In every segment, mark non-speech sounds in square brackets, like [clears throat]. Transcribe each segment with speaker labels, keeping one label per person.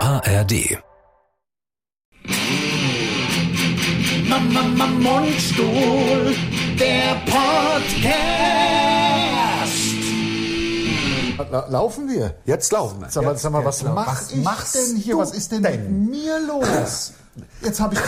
Speaker 1: ARD.
Speaker 2: Mama, Mama, Mundstuhl, der Podcast.
Speaker 3: La laufen wir?
Speaker 4: Jetzt Äh, laufen wir.
Speaker 3: Sag mal, sag mal was mach ich
Speaker 4: machst
Speaker 3: denn hier?
Speaker 4: du
Speaker 3: Was ist denn,
Speaker 4: denn?
Speaker 3: mit mir los? Jetzt habe ich, ich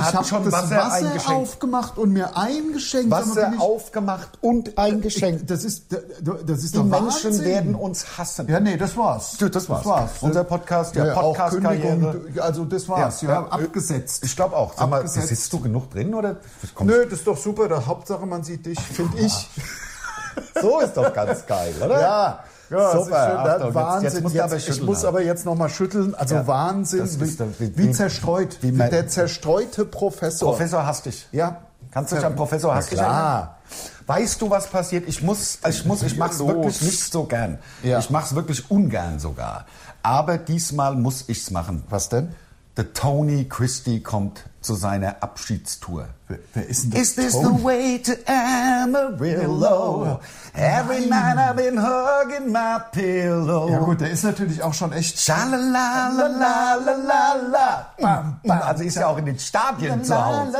Speaker 4: hat
Speaker 3: hab
Speaker 4: schon
Speaker 3: das
Speaker 4: Wasser eingeschenkt.
Speaker 3: aufgemacht und mir eingeschenkt. Sag mal,
Speaker 4: Wasser
Speaker 3: bin ich-
Speaker 4: aufgemacht und eingeschenkt.
Speaker 3: Das ist, das ist
Speaker 4: Die
Speaker 3: doch
Speaker 4: Menschen
Speaker 3: Wahnsinn.
Speaker 4: werden uns hassen.
Speaker 3: Ja, nee, das war's.
Speaker 4: Du, das war's. Unser Podcast, ja,
Speaker 3: Ja, auch
Speaker 4: Podcast-Karriere.
Speaker 3: Kündigung, du- Also das war's. Ja, abgesetzt.
Speaker 4: Ich glaube auch. Sag mal,
Speaker 3: Abgesetzt.
Speaker 4: sitzt du genug drin oder kommst
Speaker 3: Nö, das ist doch super. Da, Hauptsache, man sieht dich, finde ich.
Speaker 4: So ist doch ganz geil, oder?
Speaker 3: Ja. Ja, das
Speaker 4: Super.
Speaker 3: ist schön.
Speaker 4: Achtung, jetzt-
Speaker 3: Wahnsinn.
Speaker 4: jetzt musst du aber
Speaker 3: ich
Speaker 4: schütteln
Speaker 3: muss
Speaker 4: halt.
Speaker 3: aber jetzt nochmal schütteln. Also
Speaker 4: Ja.
Speaker 3: Wahnsinn,
Speaker 4: Das
Speaker 3: wie,
Speaker 4: ist doch-
Speaker 3: wie,
Speaker 4: wie-
Speaker 3: zerstreut.
Speaker 4: wie
Speaker 3: Wie,
Speaker 4: mein-
Speaker 3: der zerstreute Professor.
Speaker 4: Professor hasst dich.
Speaker 3: Ja.
Speaker 4: Kannst du dich an Professor
Speaker 3: Na
Speaker 4: Haskell
Speaker 3: klar.
Speaker 4: erinnern? Weißt du, was passiert? Ich muss, ich muss, ich mach's
Speaker 3: Los.
Speaker 4: wirklich nicht so gern.
Speaker 3: Ja.
Speaker 4: Ich mach's wirklich ungern sogar. Aber diesmal muss ich's machen.
Speaker 3: Was denn?
Speaker 4: Der Tony Christie kommt zu seiner Abschiedstour.
Speaker 3: Wer- wer ist denn der
Speaker 4: Is this
Speaker 3: Tony?
Speaker 4: the way to Amarillo? Every night I've been hugging my pillow.
Speaker 3: Ja gut, der ist natürlich auch schon echt...
Speaker 4: Schalalalalala.
Speaker 3: Bam, bam.
Speaker 4: Also ist ja auch in den Stadien zu Hause.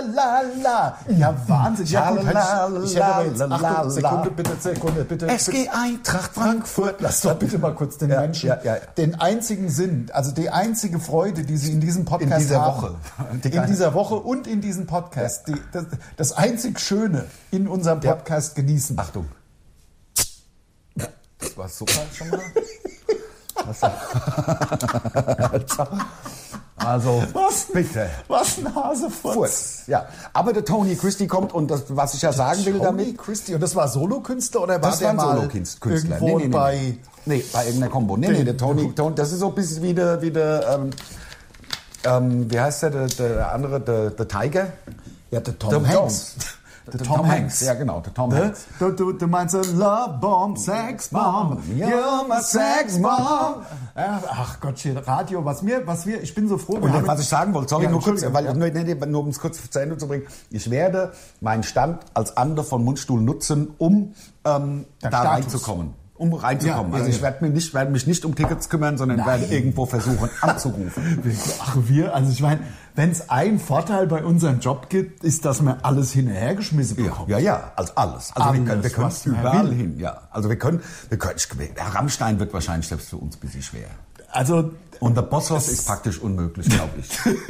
Speaker 3: la. Ja, Wahnsinn. Ja,
Speaker 4: halt.
Speaker 3: gut, hätte ich, ich hätte aber jetzt...
Speaker 4: La, la, la,
Speaker 3: Achtung,
Speaker 4: la.
Speaker 3: Sekunde, bitte, Sekunde, bitte.
Speaker 4: SG Eintracht Frankfurt.
Speaker 3: Lass doch bitte mal kurz den
Speaker 4: Ja,
Speaker 3: Menschen
Speaker 4: ja, ja, ja.
Speaker 3: den einzigen Sinn, also die einzige Freude, die sie in diesem Podcast
Speaker 4: In dieser
Speaker 3: haben,
Speaker 4: Woche. Die
Speaker 3: [laughs] in
Speaker 4: kleine-
Speaker 3: dieser Woche und in diesem Podcast, die, das, das einzig Schöne in unserem Podcast genießen.
Speaker 4: Achtung. Das war super [laughs] schon mal. also,
Speaker 3: [laughs] Was?
Speaker 4: bitte.
Speaker 3: Was ein Hasefurz.
Speaker 4: Furz. Ja, aber der Tony Christie kommt und das, was ich ja sagen will damit.
Speaker 3: Christie. Und das war Solokünstler oder war
Speaker 4: Das
Speaker 3: der
Speaker 4: waren
Speaker 3: mal
Speaker 4: Solo-Künstler.
Speaker 3: irgendwo bei
Speaker 4: nee. nee, bei irgendeiner Combo. Nee, nee, der Tony, Tony, das ist so ein bisschen wie der, wie der ähm, ähm, wie heißt der, der, der andere, der, der Tiger?
Speaker 3: ja, der Tom
Speaker 4: Tom
Speaker 3: Hanks.
Speaker 4: Hanks.
Speaker 3: Der Tom Hanks.
Speaker 4: Ja, genau, der Tom
Speaker 3: Ne?
Speaker 4: Hanks.
Speaker 3: Du, du, du meinst äh, Love Bomb, Sex Bomb, you're my Sex Bomb. Ja, Ach Gott, hier Radio, was mir, was wir, ich bin so froh. wir
Speaker 4: Und
Speaker 3: haben-
Speaker 4: was ich sagen wollte, sorry,
Speaker 3: Ja,
Speaker 4: nur kurz,
Speaker 3: Entschuldigung,
Speaker 4: weil,
Speaker 3: ja.
Speaker 4: nur, nee, nee, nur um es kurz zu Ende zu bringen. Ich werde meinen Stand als Ander von Mundstuhl nutzen, um ähm,
Speaker 3: Der
Speaker 4: da
Speaker 3: Status.
Speaker 4: reinzukommen. Um reinzukommen.
Speaker 3: Ja,
Speaker 4: also
Speaker 3: ja,
Speaker 4: ich
Speaker 3: ja.
Speaker 4: werde mich, nicht- werde mich nicht um Tickets kümmern, sondern werde irgendwo versuchen
Speaker 3: [laughs]
Speaker 4: anzurufen.
Speaker 3: Ach, wir, also ich meine, wenn es einen Vorteil bei unserem Job gibt, ist, dass man alles hinterhergeschmissen bekommt.
Speaker 4: Ja, ja, also alles. Also
Speaker 3: Alles,
Speaker 4: wir können, wir können
Speaker 3: was man
Speaker 4: überall
Speaker 3: will.
Speaker 4: hin, ja. Also wir können, wir können, ich, Herr Rammstein wird wahrscheinlich selbst für uns ein bisschen schwer.
Speaker 3: Also,
Speaker 4: Und der Bossos ist praktisch unmöglich, glaube ich.
Speaker 3: [laughs]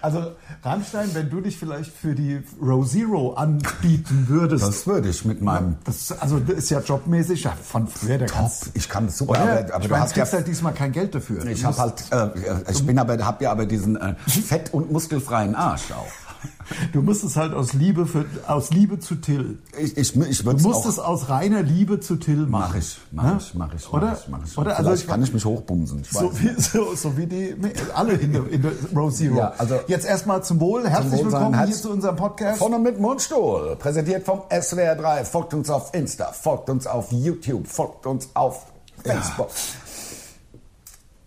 Speaker 3: also Rammstein, wenn du dich vielleicht für die Row Zero anbieten würdest,
Speaker 4: Das würde ich mit meinem
Speaker 3: das, also das ist ja jobmäßig ja, von früher der
Speaker 4: Top.
Speaker 3: kannst-
Speaker 4: Ich kann das super,
Speaker 3: Oder?
Speaker 4: aber, aber
Speaker 3: ich
Speaker 4: du
Speaker 3: meine,
Speaker 4: hast
Speaker 3: du
Speaker 4: ja
Speaker 3: kriegst halt diesmal kein Geld dafür.
Speaker 4: Ich
Speaker 3: Du
Speaker 4: habe
Speaker 3: musst-
Speaker 4: halt, äh, ich bin aber, habe ja aber
Speaker 3: [laughs]
Speaker 4: diesen äh, fett- und muskelfreien Arsch auch.
Speaker 3: Du musst es halt aus Liebe, für, aus Liebe zu Till.
Speaker 4: Ich, ich, ich würde
Speaker 3: Du musst
Speaker 4: auch,
Speaker 3: es aus reiner Liebe zu Till machen.
Speaker 4: mach ich, mach ich,
Speaker 3: Ne?
Speaker 4: mach ich, mach
Speaker 3: Oder?
Speaker 4: ich, mach ich.
Speaker 3: Oder?
Speaker 4: Vielleicht
Speaker 3: Also ich
Speaker 4: kann ich mich hochbumsen. Ich
Speaker 3: So
Speaker 4: weiß
Speaker 3: wie,
Speaker 4: nicht.
Speaker 3: so, so wie die alle in der, in der Row Zero.
Speaker 4: Ja, also-
Speaker 3: Jetzt erstmal zum Wohl. Herzlich
Speaker 4: Wohl sein,
Speaker 3: willkommen hier
Speaker 4: herz-
Speaker 3: zu unserem Podcast.
Speaker 4: Von und mit Mundstuhl, präsentiert vom SWR 3. Folgt uns auf Insta, folgt uns auf YouTube, folgt uns auf Facebook.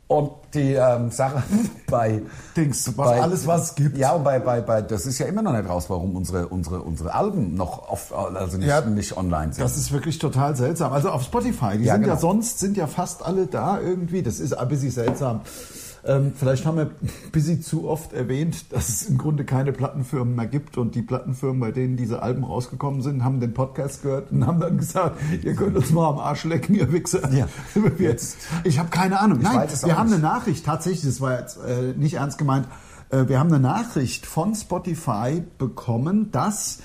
Speaker 4: Und die ähm, Sache [laughs] bei
Speaker 3: Dings, was alles, was es gibt.
Speaker 4: Ja, und bei, bei, bei, das ist ja immer noch nicht raus, warum unsere, unsere, unsere Alben noch oft, also nicht,
Speaker 3: Ja,
Speaker 4: nicht online sind.
Speaker 3: Das ist wirklich total seltsam. Also auf Spotify, die
Speaker 4: Ja,
Speaker 3: sind
Speaker 4: genau.
Speaker 3: ja sonst, sind ja fast alle da irgendwie. Das ist ein bisschen seltsam. Ähm, vielleicht haben wir [laughs] ein bisschen zu oft erwähnt, dass es im Grunde keine Plattenfirmen mehr gibt und die Plattenfirmen, bei denen diese Alben rausgekommen sind, haben den Podcast gehört und haben dann gesagt, ihr könnt uns mal am Arsch lecken, ihr Wichser. [laughs]
Speaker 4: Ja.
Speaker 3: Jetzt. Ich habe keine Ahnung. Nein,
Speaker 4: weiß es auch
Speaker 3: wir haben
Speaker 4: nicht.
Speaker 3: eine Nachricht, tatsächlich, das war jetzt äh, nicht ernst gemeint, äh, wir haben eine Nachricht von Spotify bekommen, dass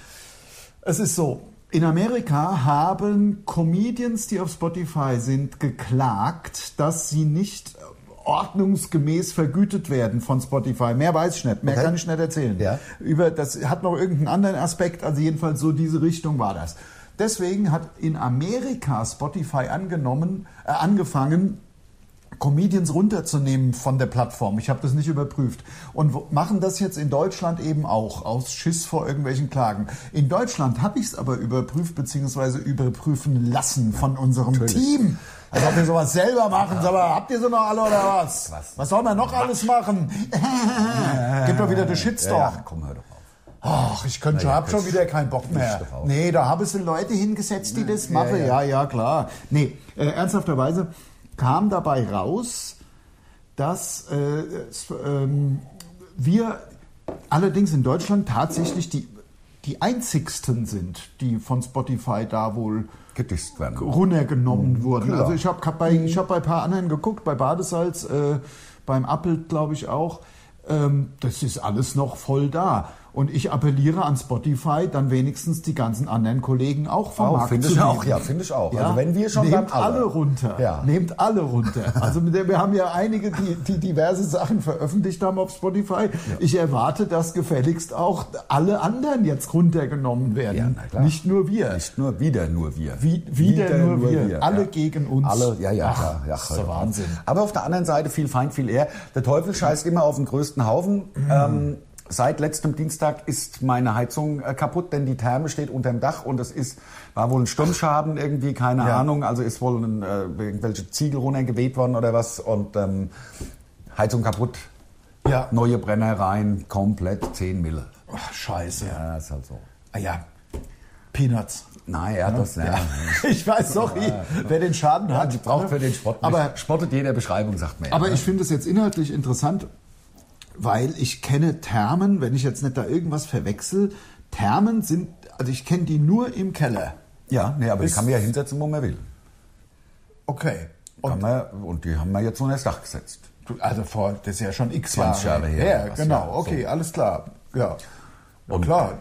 Speaker 3: es ist so. In Amerika haben Comedians, die auf Spotify sind, geklagt, dass sie nicht äh, ordnungsgemäß vergütet werden von Spotify. Mehr weiß ich nicht, mehr
Speaker 4: Okay.
Speaker 3: kann ich nicht erzählen.
Speaker 4: Ja.
Speaker 3: Über das hat noch irgendeinen anderen Aspekt, also jedenfalls so diese Richtung war das. Deswegen hat in Amerika Spotify angenommen, äh, angefangen, Comedians runterzunehmen von der Plattform. Ich habe das nicht überprüft. Und wo- machen das jetzt in Deutschland eben auch, aus Schiss vor irgendwelchen Klagen. In Deutschland habe ich es aber überprüft, beziehungsweise überprüfen lassen von unserem Team. Als ob wir sowas selber machen. Sag mal, habt ihr so noch alle oder was? Was, soll man noch alles machen? [laughs] Gibt doch wieder den Shitstorm.
Speaker 4: Ja, ja, komm, hör doch auf.
Speaker 3: Ach, ich könnte schon, hab schon wieder keinen Bock mehr.
Speaker 4: doch auch.
Speaker 3: Nee, da habe ich so Leute hingesetzt, die das machen. Ja, ja, klar. Nee, äh, ernsthafterweise, kam dabei raus, dass äh, es, ähm, wir allerdings in Deutschland tatsächlich die, die einzigsten sind, die von Spotify da wohl
Speaker 4: Gedisst werden.
Speaker 3: runtergenommen wurden.
Speaker 4: Mhm. klar. Mhm.
Speaker 3: Also ich habe hab bei, ich hab bei ein paar anderen geguckt, bei Badesalz, äh, beim Apple glaube ich auch. Ähm, das ist alles noch voll da. Und ich appelliere an Spotify, dann wenigstens die ganzen anderen Kollegen auch vom
Speaker 4: Auch,
Speaker 3: Markt
Speaker 4: finde
Speaker 3: zu
Speaker 4: ich auch,
Speaker 3: nehmen.
Speaker 4: ja, finde ich auch. Also wenn wir schon,
Speaker 3: Nehmt
Speaker 4: dann alle.
Speaker 3: runter.
Speaker 4: Ja.
Speaker 3: Nehmt alle
Speaker 4: [laughs]
Speaker 3: runter. Also mit der, wir haben ja einige, die, die diverse Sachen veröffentlicht haben auf Spotify. Ich erwarte, dass gefälligst auch alle anderen jetzt runtergenommen werden.
Speaker 4: Ja, na klar.
Speaker 3: Nicht nur wir.
Speaker 4: Nicht nur wieder nur wir.
Speaker 3: Wie- wieder nur wir. Alle gegen uns.
Speaker 4: Alle, ja, ja,
Speaker 3: Ach,
Speaker 4: ja, ja.
Speaker 3: das ist der Wahnsinn.
Speaker 4: Aber auf der anderen Seite viel Feind, viel eher. Der Teufel scheißt immer auf den größten Haufen.
Speaker 3: Mm.
Speaker 4: Ähm, seit letztem Dienstag ist meine Heizung äh, kaputt, denn die Therme steht unterm Dach und es ist, war wohl ein Sturmschaden irgendwie, keine
Speaker 3: Ja.
Speaker 4: Ahnung. Also ist wohl ein, äh, irgendwelche Ziegel runtergeweht worden oder was und ähm, Heizung kaputt.
Speaker 3: Ja.
Speaker 4: Neue Brenner rein, komplett 10 Mille.
Speaker 3: Ach, scheiße.
Speaker 4: Ja, ist halt so.
Speaker 3: Ah ja. Peanuts.
Speaker 4: Naja, das, ja.
Speaker 3: [laughs] Ich weiß, sorry, wer den Schaden
Speaker 4: Ja,
Speaker 3: hat. ne?
Speaker 4: die braucht für den Sport. nicht.
Speaker 3: Aber
Speaker 4: spottet jeder Beschreibung, sagt man. ja.
Speaker 3: Aber ich finde es jetzt inhaltlich interessant, weil ich kenne Thermen, wenn ich jetzt nicht da irgendwas verwechsel, Thermen sind, also ich kenne die nur im Keller.
Speaker 4: ja, nee, aber die
Speaker 3: Ist-
Speaker 4: kann man ja hinsetzen, wo man will.
Speaker 3: Okay.
Speaker 4: Kann man, und die haben wir jetzt unter das Dach gesetzt.
Speaker 3: Du- Also vor, das ist ja schon x
Speaker 4: 20 Jahre her,
Speaker 3: her
Speaker 4: oder was,
Speaker 3: genau,
Speaker 4: ja, so.
Speaker 3: okay, alles klar. Ja. Und
Speaker 4: Und-
Speaker 3: klar.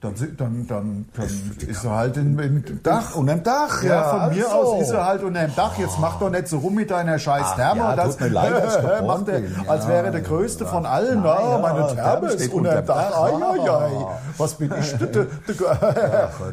Speaker 3: Dann, si- dann, dann, dann ist er halt in, in Dach.
Speaker 4: Unterm Dach,
Speaker 3: Ja, von mir aus ist er halt unter dem Dach. Jetzt mach doch nicht so rum mit deiner scheiß
Speaker 4: also. Ach,
Speaker 3: Therme.
Speaker 4: ja,
Speaker 3: und das,
Speaker 4: tut mir leid, dass ich
Speaker 3: [laughs]
Speaker 4: geboren
Speaker 3: macht er,
Speaker 4: bin.
Speaker 3: als
Speaker 4: Ja,
Speaker 3: wäre der größte von allen.
Speaker 4: Nein,
Speaker 3: Na,
Speaker 4: ja,
Speaker 3: meine
Speaker 4: Therme
Speaker 3: Therme ist
Speaker 4: steht
Speaker 3: unter dem
Speaker 4: unterm
Speaker 3: Dach.
Speaker 4: Dach.
Speaker 3: Ai, ai, ai.
Speaker 4: Ah.
Speaker 3: Was bin ich?
Speaker 4: [laughs]
Speaker 3: denn?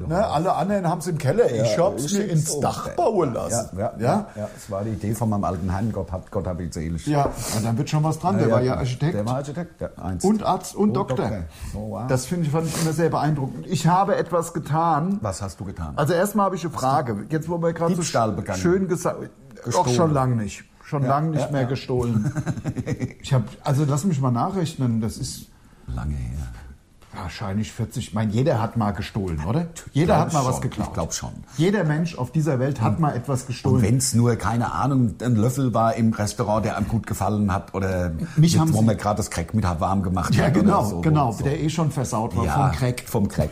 Speaker 3: ne, alle anderen haben es im Keller. Ich hab's mir ins Dach bauen lassen.
Speaker 4: Ja, ja, ja? ja, das war die Idee von meinem alten Herrn, Gott hab, Gott hab ihn selig.
Speaker 3: Ja, und dann wird schon was dran. Der war ja Architekt.
Speaker 4: genau. Der war Architekt, ja, einst.
Speaker 3: Und Arzt und,
Speaker 4: Und
Speaker 3: Doktor.
Speaker 4: Doktor. Oh, wow.
Speaker 3: Das finde ich, fand ich immer sehr beeindruckend. Ich habe etwas getan.
Speaker 4: Was hast du getan?
Speaker 3: Also erstmal habe ich eine Frage. Jetzt wo wir gerade so
Speaker 4: Diebstahl
Speaker 3: sch-
Speaker 4: begangen.
Speaker 3: schön gesagt, auch schon lange nicht, schon lange nicht
Speaker 4: ja,
Speaker 3: mehr
Speaker 4: ja. [laughs]
Speaker 3: gestohlen. ich habe, also lass mich mal nachrechnen. Das ist
Speaker 4: Lange her.
Speaker 3: wahrscheinlich 40. Ich meine, jeder hat mal gestohlen, oder? Jeder
Speaker 4: glaub
Speaker 3: hat mal was
Speaker 4: schon.
Speaker 3: geklaut.
Speaker 4: Ich glaub schon. Hm.
Speaker 3: Jeder Mensch auf dieser Welt hat mal etwas gestohlen.
Speaker 4: Und wenn es nur, keine Ahnung, ein Löffel war im Restaurant, der einem gut gefallen hat oder
Speaker 3: Mich
Speaker 4: mit,
Speaker 3: haben
Speaker 4: wo
Speaker 3: sie-
Speaker 4: man gerade das Crack mit warm gemacht
Speaker 3: ja,
Speaker 4: hat.
Speaker 3: genau,
Speaker 4: oder so,
Speaker 3: genau,
Speaker 4: So.
Speaker 3: der eh schon versaut war
Speaker 4: ja,
Speaker 3: vom Crack. Also,
Speaker 4: Vom Crack.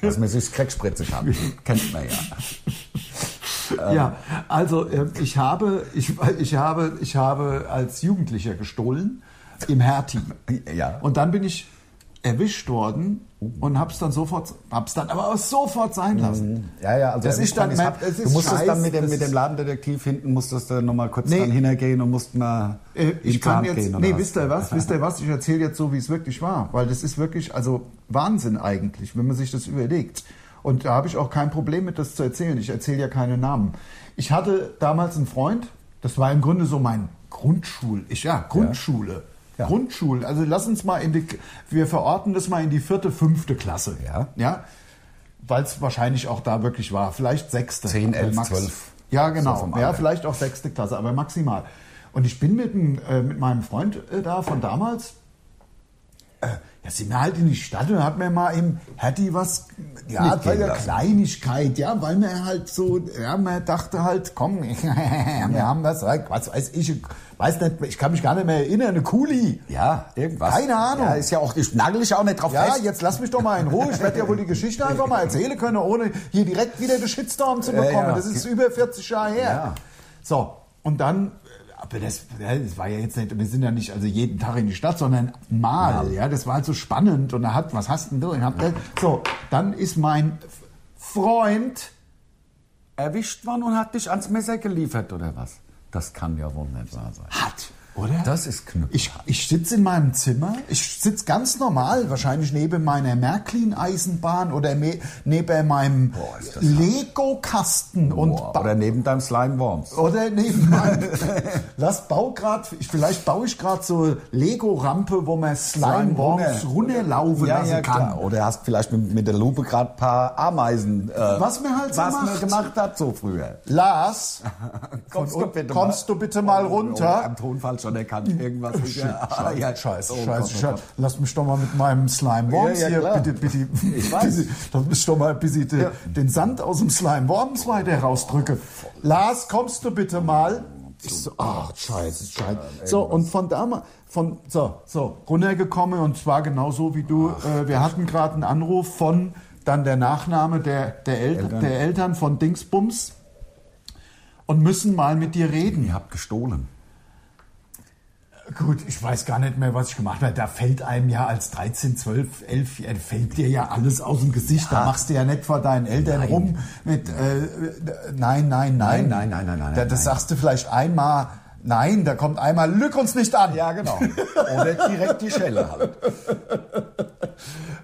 Speaker 4: Dass man sich das Crack spritzen kann. Kennt man ja.
Speaker 3: Ja, also äh, ich habe, ich, [laughs] ich habe, ich habe als Jugendlicher gestohlen im Hertie.
Speaker 4: Ja.
Speaker 3: Und dann bin ich erwischt worden und hab's dann sofort, hab's dann aber auch sofort sein lassen.
Speaker 4: Ja, ja, also
Speaker 3: Das ist dann mein- das
Speaker 4: du
Speaker 3: ist
Speaker 4: musstest
Speaker 3: scheiß,
Speaker 4: dann mit dem,
Speaker 3: das
Speaker 4: mit
Speaker 3: ist-
Speaker 4: dem Ladendetektiv hinten, musstest du nochmal kurz
Speaker 3: Nee.
Speaker 4: dann hingehen und musst mal
Speaker 3: Äh,
Speaker 4: in die
Speaker 3: ich kann
Speaker 4: Hand
Speaker 3: jetzt,
Speaker 4: gehen. oder
Speaker 3: nee,
Speaker 4: was?
Speaker 3: wisst ihr
Speaker 4: [laughs]
Speaker 3: was, wisst ihr was, ich erzähle jetzt so, wie es wirklich war, weil das ist wirklich, also Wahnsinn eigentlich, wenn man sich das überlegt. Und da habe ich auch kein Problem mit, das zu erzählen. Ich erzähle ja keine Namen. Ich hatte damals einen Freund, das war im Grunde so mein Grundschul, ich, ja, Grundschule.
Speaker 4: Ja.
Speaker 3: Grundschule, also lass uns mal in die, wir verorten das mal in die vierte, fünfte Klasse.
Speaker 4: Ja.
Speaker 3: Ja. Weil es wahrscheinlich auch da wirklich war. Vielleicht sechste.
Speaker 4: Zehn, elf,
Speaker 3: Max-
Speaker 4: zwölf.
Speaker 3: Ja,
Speaker 4: So
Speaker 3: genau.
Speaker 4: vom
Speaker 3: ja,
Speaker 4: Alter.
Speaker 3: vielleicht auch sechste Klasse, aber maximal. Und ich bin mit, dem, äh, mit meinem Freund äh, da von damals. Äh, ja, sind wir halt in die Stadt und hat mir mal im Hattie was. Ja,
Speaker 4: Mitgehen
Speaker 3: bei der
Speaker 4: lassen.
Speaker 3: Kleinigkeit, ja, weil man halt so. Ja, man dachte halt, komm, [laughs] wir haben was, was weiß ich, ich weiß nicht, ich kann mich gar nicht mehr erinnern, eine Kuli.
Speaker 4: Ja, irgendwas.
Speaker 3: Keine Ahnung.
Speaker 4: Ja, ist ja auch, ich nagel ich auch nicht drauf
Speaker 3: Ja,
Speaker 4: fest.
Speaker 3: jetzt lass mich doch mal in Ruhe. Ich werde ja wohl die Geschichte einfach mal erzählen können, ohne hier direkt wieder den Shitstorm zu
Speaker 4: Ja,
Speaker 3: bekommen.
Speaker 4: ja.
Speaker 3: Das ist über 40 Jahre her.
Speaker 4: Ja.
Speaker 3: So, und dann, aber das, das war ja jetzt nicht, wir sind ja nicht also jeden Tag in die Stadt, sondern mal. Ja, das war halt so spannend. Und er hat, was hast denn du? Und hab das, so, dann ist mein Freund
Speaker 4: Erwischt worden und hat dich ans Messer geliefert oder was? Das kann ja wohl nicht wahr sein.
Speaker 3: hat, oder?
Speaker 4: Das ist knüppel.
Speaker 3: Ich, ich sitze in meinem Zimmer, ich sitze ganz normal, wahrscheinlich neben meiner Märklin-Eisenbahn oder me, neben meinem
Speaker 4: Boah, ist das hart.
Speaker 3: Lego-Kasten und
Speaker 4: Boah,
Speaker 3: ba-
Speaker 4: oder neben deinem Slime Worms.
Speaker 3: oder neben meinem, [laughs] lass bau grad, ich, vielleicht baue ich gerade so Lego-Rampe, wo man Slime-Worms
Speaker 4: Slime
Speaker 3: runterlaufen lassen kann.
Speaker 4: klar. Oder hast vielleicht mit, mit der Lupe gerade ein paar Ameisen. äh,
Speaker 3: Was mir halt so
Speaker 4: was
Speaker 3: macht.
Speaker 4: man gemacht hat so früher. [laughs]
Speaker 3: Lars,
Speaker 4: Kommst
Speaker 3: du bitte mal- Oh, oh,
Speaker 4: Oh, am Tonfall schon erkannt. Irgendwas. ist ja- Ah,
Speaker 3: Scheiße,
Speaker 4: ja.
Speaker 3: scheiße,
Speaker 4: Oh Gott,
Speaker 3: scheiße,
Speaker 4: oh
Speaker 3: scheiße.
Speaker 4: Gott.
Speaker 3: Lass mich doch mal mit meinem Slime Worms
Speaker 4: Ja, ja,
Speaker 3: hier,
Speaker 4: klar.
Speaker 3: bitte, bitte. [laughs]
Speaker 4: Ich weiß.
Speaker 3: bitte, Lass mich doch mal bitte de, den Sand aus dem Slime Worms weiter rausdrücke. Lars, kommst du bitte mal? Ich so, ach, scheiße, scheiße. so, und von da mal, von, so, so, runtergekommen und zwar genauso wie du. äh, wir hatten gerade einen Anruf von, dann der Nachname der, der, El
Speaker 4: Eltern.
Speaker 3: der Eltern von Dingsbums und müssen mal mit dir reden.
Speaker 4: Ihr habt gestohlen.
Speaker 3: Gut, ich weiß gar nicht mehr, was ich gemacht habe. Da fällt einem ja als 13, 12, 11, äh, fällt dir ja alles aus dem Gesicht. Da machst du ja nicht vor deinen Eltern
Speaker 4: Nein.
Speaker 3: rum mit äh, nein, nein, nein.
Speaker 4: Nein, nein, nein, nein, nein,
Speaker 3: Da, das
Speaker 4: nein.
Speaker 3: sagst du vielleicht einmal, nein, da kommt einmal, lüg uns nicht an. [laughs]
Speaker 4: Ja, genau. Oder direkt die Schelle halt.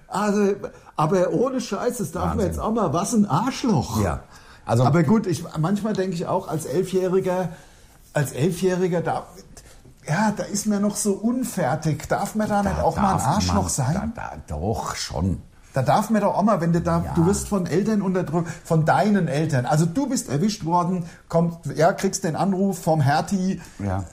Speaker 3: Also, aber ohne Scheiß, das darf man
Speaker 4: Wahnsinn.
Speaker 3: jetzt auch mal, was ein Arschloch.
Speaker 4: Ja. Also,
Speaker 3: aber gut, ich, manchmal denke ich auch als Elfjähriger, als Elfjähriger, da, ja, da ist man noch so unfertig. Darf man da, nicht auch mal ein
Speaker 4: darf man-
Speaker 3: Arschloch sein?
Speaker 4: Da, da, doch, schon.
Speaker 3: Da darf man doch auch mal, wenn du da,
Speaker 4: Ja.
Speaker 3: du wirst von Eltern unterdrückt, von deinen Eltern. Also du bist erwischt worden, kommt, ja, kriegst den Anruf vom Hertie,
Speaker 4: Ja.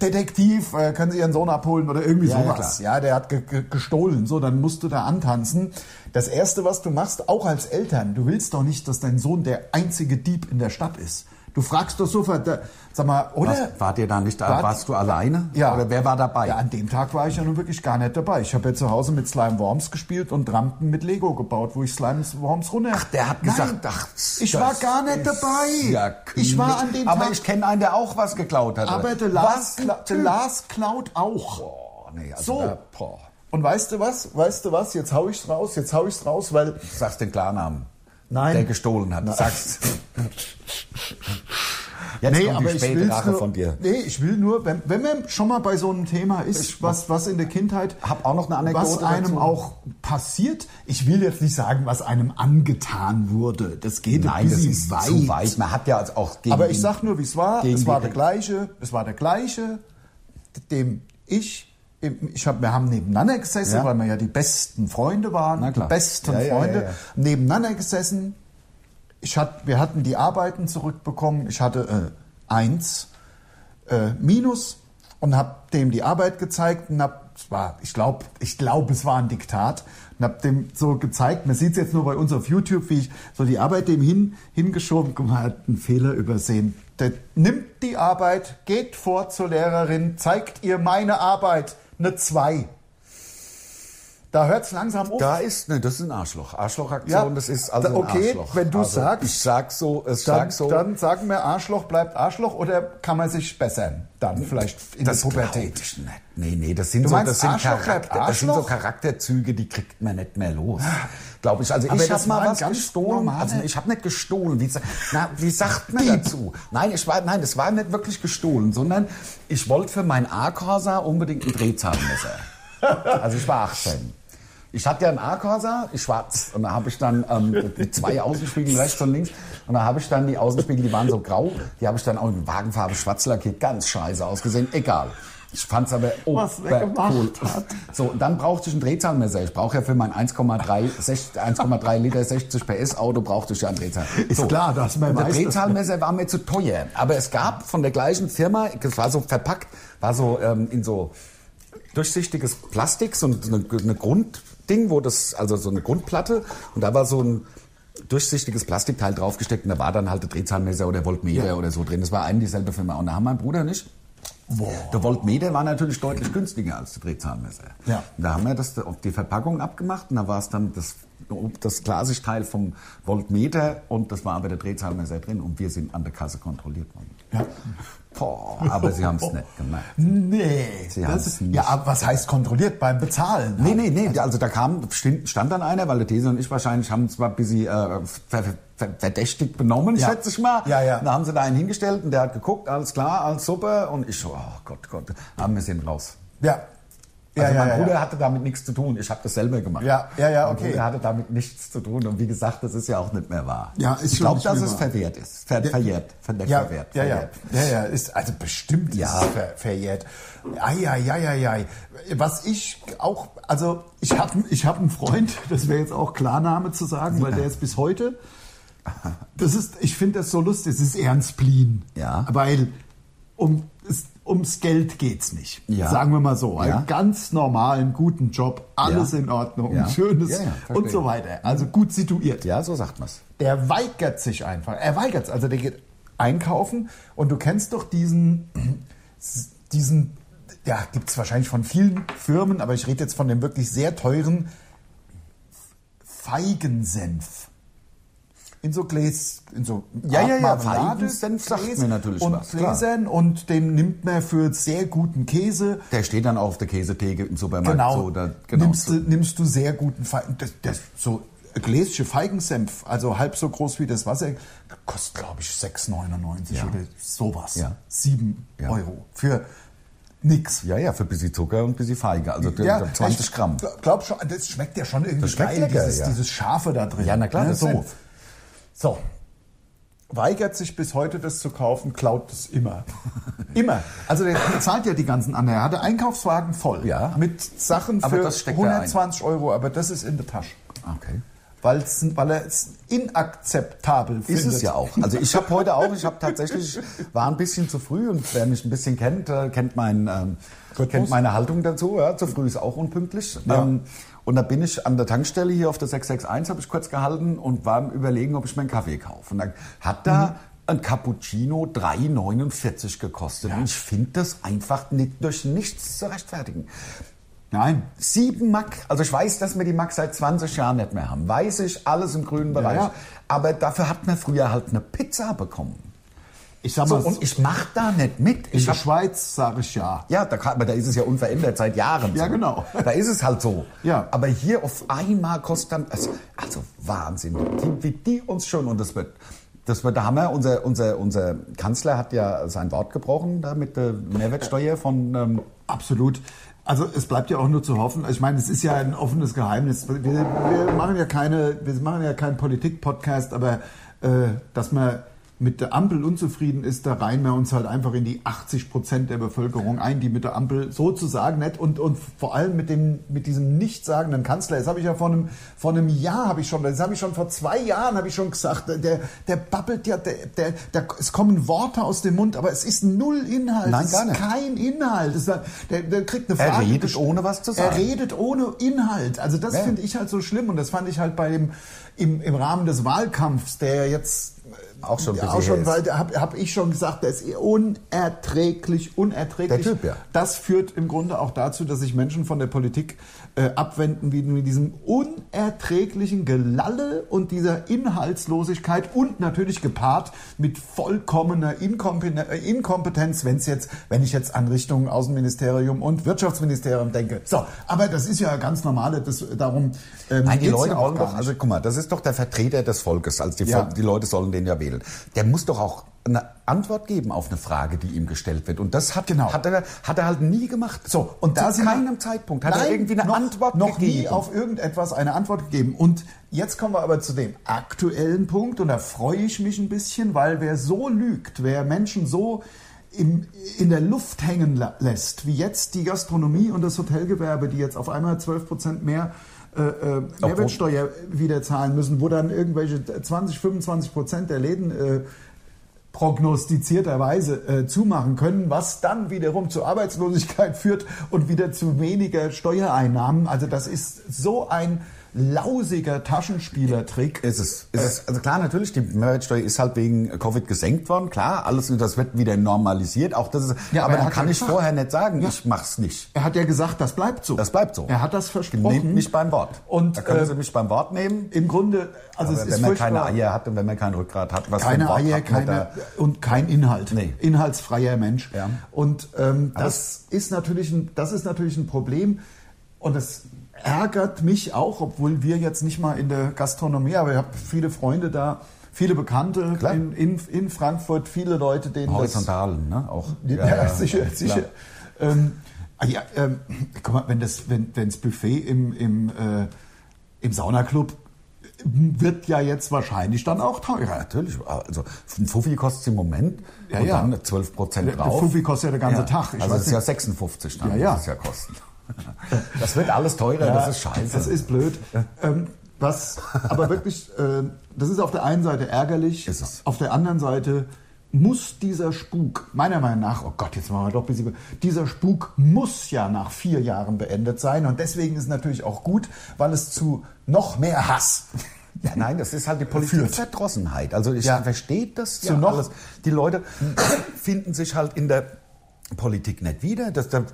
Speaker 3: Detektiv, äh, können Sie Ihren Sohn abholen oder irgendwie
Speaker 4: Ja, ja,
Speaker 3: sowas. Ja, der hat ge ge gestohlen, so, dann musst du da antanzen. Das erste, was du machst, auch als Eltern, du willst doch nicht, dass dein Sohn der einzige Dieb in der Stadt ist. Du fragst doch sofort, äh, sag mal, oder?
Speaker 4: Was, wart ihr da nicht,
Speaker 3: Wart-
Speaker 4: warst du alleine? Oder wer war dabei?
Speaker 3: Ja, an dem Tag war ich ja nun wirklich gar nicht dabei. Ich habe ja zu Hause mit Slime Worms gespielt und Rampen mit Lego gebaut, wo ich Slime Worms runter. Ach,
Speaker 4: Der hat gesagt, ach,
Speaker 3: ich
Speaker 4: das
Speaker 3: war gar nicht
Speaker 4: ist
Speaker 3: dabei.
Speaker 4: Ja
Speaker 3: ich war an
Speaker 4: König.
Speaker 3: dem
Speaker 4: Aber
Speaker 3: Tag.
Speaker 4: ich kenne einen, der auch was geklaut hat.
Speaker 3: aber der Lars,
Speaker 4: was? ein
Speaker 3: der
Speaker 4: Typ.
Speaker 3: Lars klaut auch.
Speaker 4: Boah, nee, also
Speaker 3: So.
Speaker 4: Da, boah.
Speaker 3: Und weißt du was? Weißt du was? Jetzt hau ich's raus, jetzt hau ich's raus, weil.
Speaker 4: Sagst den Klarnamen.
Speaker 3: Nein.
Speaker 4: Der gestohlen hat.
Speaker 3: Nein.
Speaker 4: Sagst. [laughs] Jetzt kommt die späte
Speaker 3: will's
Speaker 4: Rache
Speaker 3: nur,
Speaker 4: von dir.
Speaker 3: Nee, ich will nur, wenn, wenn man schon mal bei so einem Thema ist, was, was in der Kindheit.
Speaker 4: Hab auch noch eine Anekdote
Speaker 3: Was einem
Speaker 4: dazu.
Speaker 3: auch passiert. Ich will jetzt nicht sagen, was einem angetan wurde. Das geht ein
Speaker 4: Nein, das
Speaker 3: bisschen
Speaker 4: ist
Speaker 3: weit.
Speaker 4: zu weit. Man hat ja als auch gegen
Speaker 3: Aber
Speaker 4: den-
Speaker 3: ich sag nur, wie es war.
Speaker 4: gegen
Speaker 3: Es war
Speaker 4: die-
Speaker 3: der gleiche. Es war der gleiche, dem ich. Ich hab, wir haben nebeneinander gesessen,
Speaker 4: Ja.
Speaker 3: weil wir ja die besten Freunde waren.
Speaker 4: Na klar.
Speaker 3: Die besten
Speaker 4: Ja, ja, ja,
Speaker 3: Freunde.
Speaker 4: ja.
Speaker 3: Nebeneinander gesessen. Ich hat, wir hatten die Arbeiten zurückbekommen. Ich hatte äh, eins äh, Minus und habe dem die Arbeit gezeigt und hab, es war, ich glaube, ich glaube, es war ein Diktat und habe dem so gezeigt, man sieht es jetzt nur bei uns auf YouTube, wie ich so die Arbeit dem hin, hingeschoben, guck mal, er hat einen Fehler übersehen. Der nimmt die Arbeit, geht vor zur Lehrerin, zeigt ihr meine Arbeit, eine 2. Da hört es langsam auf.
Speaker 4: Da ist, ne, das ist ein Arschloch. Arschlochaktion,
Speaker 3: Ja,
Speaker 4: das ist also
Speaker 3: da-
Speaker 4: ein
Speaker 3: okay,
Speaker 4: Arschloch.
Speaker 3: wenn du
Speaker 4: also,
Speaker 3: sagst,
Speaker 4: Ich sag so, es
Speaker 3: dann,
Speaker 4: sag so.
Speaker 3: dann sagen wir, Arschloch bleibt Arschloch oder kann man sich bessern? Dann vielleicht in
Speaker 4: das
Speaker 3: der Pubertät.
Speaker 4: glaub Ich nicht. Nee, nee, das sind,
Speaker 3: Du
Speaker 4: so,
Speaker 3: meinst,
Speaker 4: das, sind
Speaker 3: Arschloch bleibt
Speaker 4: Charakter, das sind so
Speaker 3: Arschloch?
Speaker 4: Charakterzüge, die kriegt man nicht mehr los. Glaube ich. Also
Speaker 3: Aber
Speaker 4: ich
Speaker 3: das
Speaker 4: habe mal
Speaker 3: waren
Speaker 4: was
Speaker 3: ganz
Speaker 4: gestohlen.
Speaker 3: normale-
Speaker 4: Also ich habe nicht gestohlen. Wie, sa- na, wie sagt man dazu? Nein, ich war, nein, das war nicht wirklich gestohlen, sondern ich wollte für mein A-Corsa unbedingt ein Drehzahlmesser. Also ich war 18. Ich hatte ja einen A-Corsa, ich schwarz. Und da habe ich dann ähm, die zwei Außenspiegel rechts und links. Und da habe ich dann die Außenspiegel, die waren so grau, die habe ich dann auch in Wagenfarbe schwarz lackiert. Ganz scheiße ausgesehen, egal. Ich fand's aber
Speaker 3: Was er gemacht
Speaker 4: obercool. So, und dann brauchte ich ein Drehzahlmesser. Ich brauche ja für mein 1,3 sech- 1,3 Liter 60 PS Auto brauchte ich ja ein Drehzahlmesser.
Speaker 3: Ist klar, dass man
Speaker 4: Und der
Speaker 3: weiß, dass man-
Speaker 4: Zahlmesser war mir zu teuer. Aber es gab von der gleichen Firma, das war so verpackt, war so ähm, in so durchsichtiges Plastik, so eine, eine Grundding, wo das, also so eine Grundplatte. Und da war so ein durchsichtiges Plastikteil draufgesteckt und da war dann halt der Drehzahlmesser oder Voltmeter oder so drin. Das war eine dieselbe Firma. Und da haben mein Bruder nicht. Der Voltmeter war natürlich deutlich günstiger als der Drehzahlmesser.
Speaker 3: Ja.
Speaker 4: Und Da haben wir das auf die Verpackung abgemacht und da war es dann das, das Glasigteil vom Voltmeter und das war aber der Drehzahlmesser drin und wir sind an der Kasse kontrolliert worden.
Speaker 3: Ja.
Speaker 4: Boah, aber sie haben es nicht gemerkt.
Speaker 3: [laughs] Nee.
Speaker 4: Sie
Speaker 3: das
Speaker 4: haben's
Speaker 3: ist,
Speaker 4: nicht.
Speaker 3: ja, aber was heißt kontrolliert beim Bezahlen?
Speaker 4: Nee, nee, nee, also da kam, stand stand dann einer, weil der These und ich wahrscheinlich haben zwar ein bisschen äh, ver, ver, verdächtig benommen,
Speaker 3: Ja.
Speaker 4: schätze ich mal.
Speaker 3: Ja, ja.
Speaker 4: Und Da haben sie da einen hingestellt und der hat geguckt, alles klar, alles super und ich so, oh Gott, Gott, aber wir sind raus.
Speaker 3: Ja. Ja,
Speaker 4: also
Speaker 3: ja,
Speaker 4: mein
Speaker 3: ja,
Speaker 4: Bruder
Speaker 3: ja.
Speaker 4: hatte damit nichts zu tun. Ich habe das selber gemacht.
Speaker 3: Ja, ja, ja, okay.
Speaker 4: Mein Bruder hatte damit nichts zu tun. Und wie gesagt, das ist ja auch nicht mehr wahr.
Speaker 3: Ja, ist
Speaker 4: ich
Speaker 3: schon
Speaker 4: glaube,
Speaker 3: nicht
Speaker 4: dass
Speaker 3: mehr
Speaker 4: es
Speaker 3: wahr.
Speaker 4: verwehrt ist. Ver verjährt. Ver
Speaker 3: Ja,
Speaker 4: verwehrt.
Speaker 3: ja, ja,
Speaker 4: verjährt.
Speaker 3: ja, ja, ist also bestimmt
Speaker 4: Ja.
Speaker 3: ist es ver verjährt. Eieieiei. Was ich auch, also ich habe ich hab einen Freund, [laughs] das wäre jetzt auch Klarname zu sagen, weil der ist bis heute. Das ist, ich finde das so lustig, es ist eher ein Spleen.
Speaker 4: Ja.
Speaker 3: Weil um, es, ums Geld geht's nicht.
Speaker 4: Ja.
Speaker 3: Sagen wir mal so.
Speaker 4: Ja.
Speaker 3: Einen ganz normalen, guten Job, alles
Speaker 4: Ja.
Speaker 3: in Ordnung,
Speaker 4: Ja.
Speaker 3: schönes
Speaker 4: Ja, ja, verstehe.
Speaker 3: und so weiter. Also gut situiert
Speaker 4: ja, so sagt man's.
Speaker 3: der weigert sich einfach. Er weigert es. Also der geht einkaufen. Und du kennst doch diesen, [clears throat] diesen ja, gibt es wahrscheinlich von vielen Firmen, aber ich rede jetzt von dem wirklich sehr teuren Feigensenf. In so Gläs, in so
Speaker 4: Ja,
Speaker 3: Art
Speaker 4: ja, ja,
Speaker 3: Marmelade-
Speaker 4: Feigensenf sagt
Speaker 3: Gläs
Speaker 4: mir natürlich
Speaker 3: und
Speaker 4: was, klar.
Speaker 3: Gläsern und den nimmt man für sehr guten Käse.
Speaker 4: Der steht dann auf der Käsetheke im Supermarkt.
Speaker 3: Genau,
Speaker 4: So, da, genau
Speaker 3: nimmst, du,
Speaker 4: so.
Speaker 3: nimmst du sehr guten Feigen, das, das, so ein Gläschen Feigensenf, also halb so groß wie das Wasser, kostet glaube ich 6,99
Speaker 4: Ja.
Speaker 3: oder sowas.
Speaker 4: Ja.
Speaker 3: 7
Speaker 4: Ja.
Speaker 3: Euro für nix.
Speaker 4: Ja, ja, für ein bisschen Zucker und ein bisschen Feige. Also
Speaker 3: Ja,
Speaker 4: 20
Speaker 3: ich
Speaker 4: Gramm.
Speaker 3: gl- Glaub schon, das schmeckt ja schon irgendwie
Speaker 4: Das schmeckt
Speaker 3: geil,
Speaker 4: lecker,
Speaker 3: dieses,
Speaker 4: ja.
Speaker 3: dieses Scharfe da drin.
Speaker 4: Ja, na klar,
Speaker 3: Ne,
Speaker 4: das
Speaker 3: so.
Speaker 4: ist-
Speaker 3: so. Weigert sich bis heute, das zu kaufen, klaut es
Speaker 4: [laughs]
Speaker 3: immer. immer. Also der zahlt ja die ganzen anderen. Er hatte Einkaufswagen voll.
Speaker 4: Ja.
Speaker 3: Mit Sachen
Speaker 4: Aber
Speaker 3: für
Speaker 4: das steckt er ein.
Speaker 3: 120 Euro, aber das ist in der Tasche.
Speaker 4: Okay.
Speaker 3: Weil's, weil er es inakzeptabel
Speaker 4: Ist
Speaker 3: findet.
Speaker 4: es ja auch. Also ich habe heute auch, ich habe tatsächlich, war ein bisschen zu früh und wer mich ein bisschen kennt, äh, kennt, mein, ähm,
Speaker 3: Rhythmus.
Speaker 4: kennt meine Haltung dazu. Ja, zu früh ist auch unpünktlich. Ähm, und da bin ich an der Tankstelle hier auf der 661, habe ich kurz gehalten und war am überlegen, ob ich mir einen Kaffee kaufe. Und dann hat da ein Cappuccino 3,49 gekostet. Und ich finde das einfach nicht durch nichts zu rechtfertigen.
Speaker 3: Nein.
Speaker 4: Sieben Mack, also ich weiß, dass wir die Mack seit 20 Jahren nicht mehr haben. Weiß ich, alles im grünen Bereich.
Speaker 3: ja.
Speaker 4: Aber dafür hat man früher halt eine Pizza bekommen.
Speaker 3: Ich sag
Speaker 4: So,
Speaker 3: mal,
Speaker 4: und ich mach da nicht mit.
Speaker 3: in
Speaker 4: Ich
Speaker 3: der
Speaker 4: hab,
Speaker 3: Schweiz sage ich ja.
Speaker 4: ja, da, kann- aber da ist es ja unverändert seit Jahren.
Speaker 3: Ja,
Speaker 4: so.
Speaker 3: genau.
Speaker 4: Da ist es halt so.
Speaker 3: Ja.
Speaker 4: Aber hier auf einmal kostet dann, also, also Wahnsinn, die, wie die uns schon, und das wird, das wird der Hammer. Unser, unser, unser Kanzler hat ja sein Wort gebrochen da mit der Mehrwertsteuer von... Ähm,
Speaker 3: Absolut. Also es bleibt ja auch nur zu hoffen. Also, Ich meine, es ist ja ein offenes Geheimnis. Wir, wir machen ja keine, wir machen ja keinen Politik-Podcast, aber äh, dass man mit der Ampel unzufrieden ist, da reihen wir uns halt einfach in die 80 Prozent der Bevölkerung ein, die mit der Ampel sozusagen nicht und, und vor allem mit dem mit diesem nichtssagenden Kanzler. Das habe ich ja vor einem, vor einem Jahr habe ich schon, das habe ich schon vor zwei Jahren habe ich schon gesagt, der der babbelt ja, der, der, der es kommen Worte aus dem Mund, aber es ist null Inhalt.
Speaker 4: Nein,
Speaker 3: es
Speaker 4: gar
Speaker 3: ist
Speaker 4: nicht.
Speaker 3: kein Inhalt. Es ist, der, der kriegt eine
Speaker 4: Er
Speaker 3: Frage.
Speaker 4: redet
Speaker 3: gest-
Speaker 4: ohne was zu sagen.
Speaker 3: Er redet ohne Inhalt. Also das
Speaker 4: Ja.
Speaker 3: finde ich halt so schlimm und das fand ich halt bei dem im, im Rahmen des Wahlkampfs, der jetzt
Speaker 4: Auch schon ein
Speaker 3: ja,
Speaker 4: bisschen
Speaker 3: auch schon
Speaker 4: her ist.
Speaker 3: weiter habe hab ich schon gesagt, der ist eh unerträglich, unerträglich.
Speaker 4: Der Typ, ja.
Speaker 3: Das führt im Grunde auch dazu, dass sich Menschen von der Politik äh, abwenden, wie mit diesem unerträglichen Gelalle und dieser Inhaltslosigkeit und natürlich gepaart mit vollkommener Inkompen äh, Inkompetenz, wenn es jetzt, wenn ich jetzt an Richtung Außenministerium und Wirtschaftsministerium denke. So, aber das ist ja ganz normale, das darum. ähm,
Speaker 4: Nein, die
Speaker 3: geht's
Speaker 4: Leute
Speaker 3: ja auch
Speaker 4: wollen
Speaker 3: gar
Speaker 4: doch,
Speaker 3: nicht.
Speaker 4: also guck mal, das ist doch der Vertreter des Volkes, also die,
Speaker 3: Ja.
Speaker 4: Vol die Leute sollen den ja wählen. Der muss doch auch eine Antwort geben auf eine Frage, die ihm gestellt wird. Und das hat,
Speaker 3: Genau.
Speaker 4: hat, er, hat er halt nie gemacht.
Speaker 3: So, und da
Speaker 4: Zu
Speaker 3: sind wir-
Speaker 4: keinem Zeitpunkt hat
Speaker 3: Nein,
Speaker 4: er irgendwie eine
Speaker 3: noch,
Speaker 4: Antwort
Speaker 3: noch
Speaker 4: gegeben.
Speaker 3: nie auf irgendetwas eine Antwort gegeben. Und jetzt kommen wir aber zu dem aktuellen Punkt und da freue ich mich ein bisschen, weil wer so lügt, wer Menschen so im, in der Luft hängen la- lässt, wie jetzt die Gastronomie und das Hotelgewerbe, die jetzt auf einmal 12 Prozent mehr äh, äh, Mehrwertsteuer wieder zahlen müssen, wo dann irgendwelche 20, 25 Prozent der Läden äh, prognostizierterweise äh, zumachen können, was dann wiederum zu Arbeitslosigkeit führt und wieder zu weniger Steuereinnahmen. Also das ist so ein lausiger Taschenspielertrick.
Speaker 4: Ist es. Ist es. Also klar, natürlich, die Mehrwertsteuer ist halt wegen Covid gesenkt worden. Klar, alles, das wird wieder normalisiert. Auch das ist,
Speaker 3: Ja, aber
Speaker 4: aber
Speaker 3: er
Speaker 4: dann
Speaker 3: hat
Speaker 4: kann
Speaker 3: ja
Speaker 4: ich
Speaker 3: gesagt-
Speaker 4: vorher nicht sagen, ich mach's nicht.
Speaker 3: Er hat ja gesagt, das bleibt so.
Speaker 4: Das bleibt so.
Speaker 3: Er hat das
Speaker 4: Nehmt
Speaker 3: versprochen.
Speaker 4: mich beim Wort.
Speaker 3: hm? Und,
Speaker 4: da können
Speaker 3: äh,
Speaker 4: Sie mich beim Wort nehmen.
Speaker 3: Im Grunde, also
Speaker 4: Aber
Speaker 3: es ist
Speaker 4: wenn man keine
Speaker 3: furchtbar.
Speaker 4: Eier hat und wenn man kein Rückgrat hat, was für ein
Speaker 3: keine
Speaker 4: Wort
Speaker 3: Eier,
Speaker 4: hat man
Speaker 3: keine,
Speaker 4: da?
Speaker 3: und kein Inhalt.
Speaker 4: Nee.
Speaker 3: Inhaltsfreier Mensch.
Speaker 4: Ja.
Speaker 3: Und ähm, das, ist natürlich ein, das ist natürlich ein Problem. Und das ärgert mich auch, obwohl wir jetzt nicht mal in der Gastronomie, aber ich habe viele Freunde da, viele Bekannte
Speaker 4: Klar.
Speaker 3: in, in, in Frankfurt, viele Leute, denen das
Speaker 4: Horizontalen, ne? Auch.
Speaker 3: ja, sicher,
Speaker 4: klar.
Speaker 3: sicher. Ähm, ah ja, ähm, guck mal, wenn das, wenn, wenn das Buffet im, im, äh, im Saunaclub wird ja jetzt wahrscheinlich dann auch
Speaker 4: Ja,
Speaker 3: teurer.
Speaker 4: natürlich. Also ein Fuffi kostet im Moment
Speaker 3: Ja,
Speaker 4: und
Speaker 3: ja.
Speaker 4: dann 12 Prozent
Speaker 3: Der- der
Speaker 4: drauf.
Speaker 3: Fuffi kostet ja den ganzen Tag. Ich
Speaker 4: also
Speaker 3: weiß
Speaker 4: das ist ja 56 dann,
Speaker 3: Ja, ja.
Speaker 4: muss es ja kosten. [laughs] Das wird alles teurer, das ist scheiße.
Speaker 3: Das ist blöd. Ähm, was, aber wirklich, äh, das ist auf der einen Seite ärgerlich,
Speaker 4: Ist es.
Speaker 3: auf der anderen Seite muss dieser Spuk, meiner Meinung nach, oh Gott, jetzt machen wir doch ein bisschen, dieser Spuk muss ja nach vier
Speaker 4: [laughs]
Speaker 3: Jahren beendet sein und deswegen ist natürlich auch gut, weil es zu noch mehr Hass
Speaker 4: Ja, nein, das ist halt die politische
Speaker 3: Führt.
Speaker 4: Verdrossenheit. Also ich
Speaker 3: Ja.
Speaker 4: verstehe das
Speaker 3: Ja,
Speaker 4: zu noch.
Speaker 3: alles.
Speaker 4: Die Leute finden sich halt in der Politik nicht wieder. Das, das,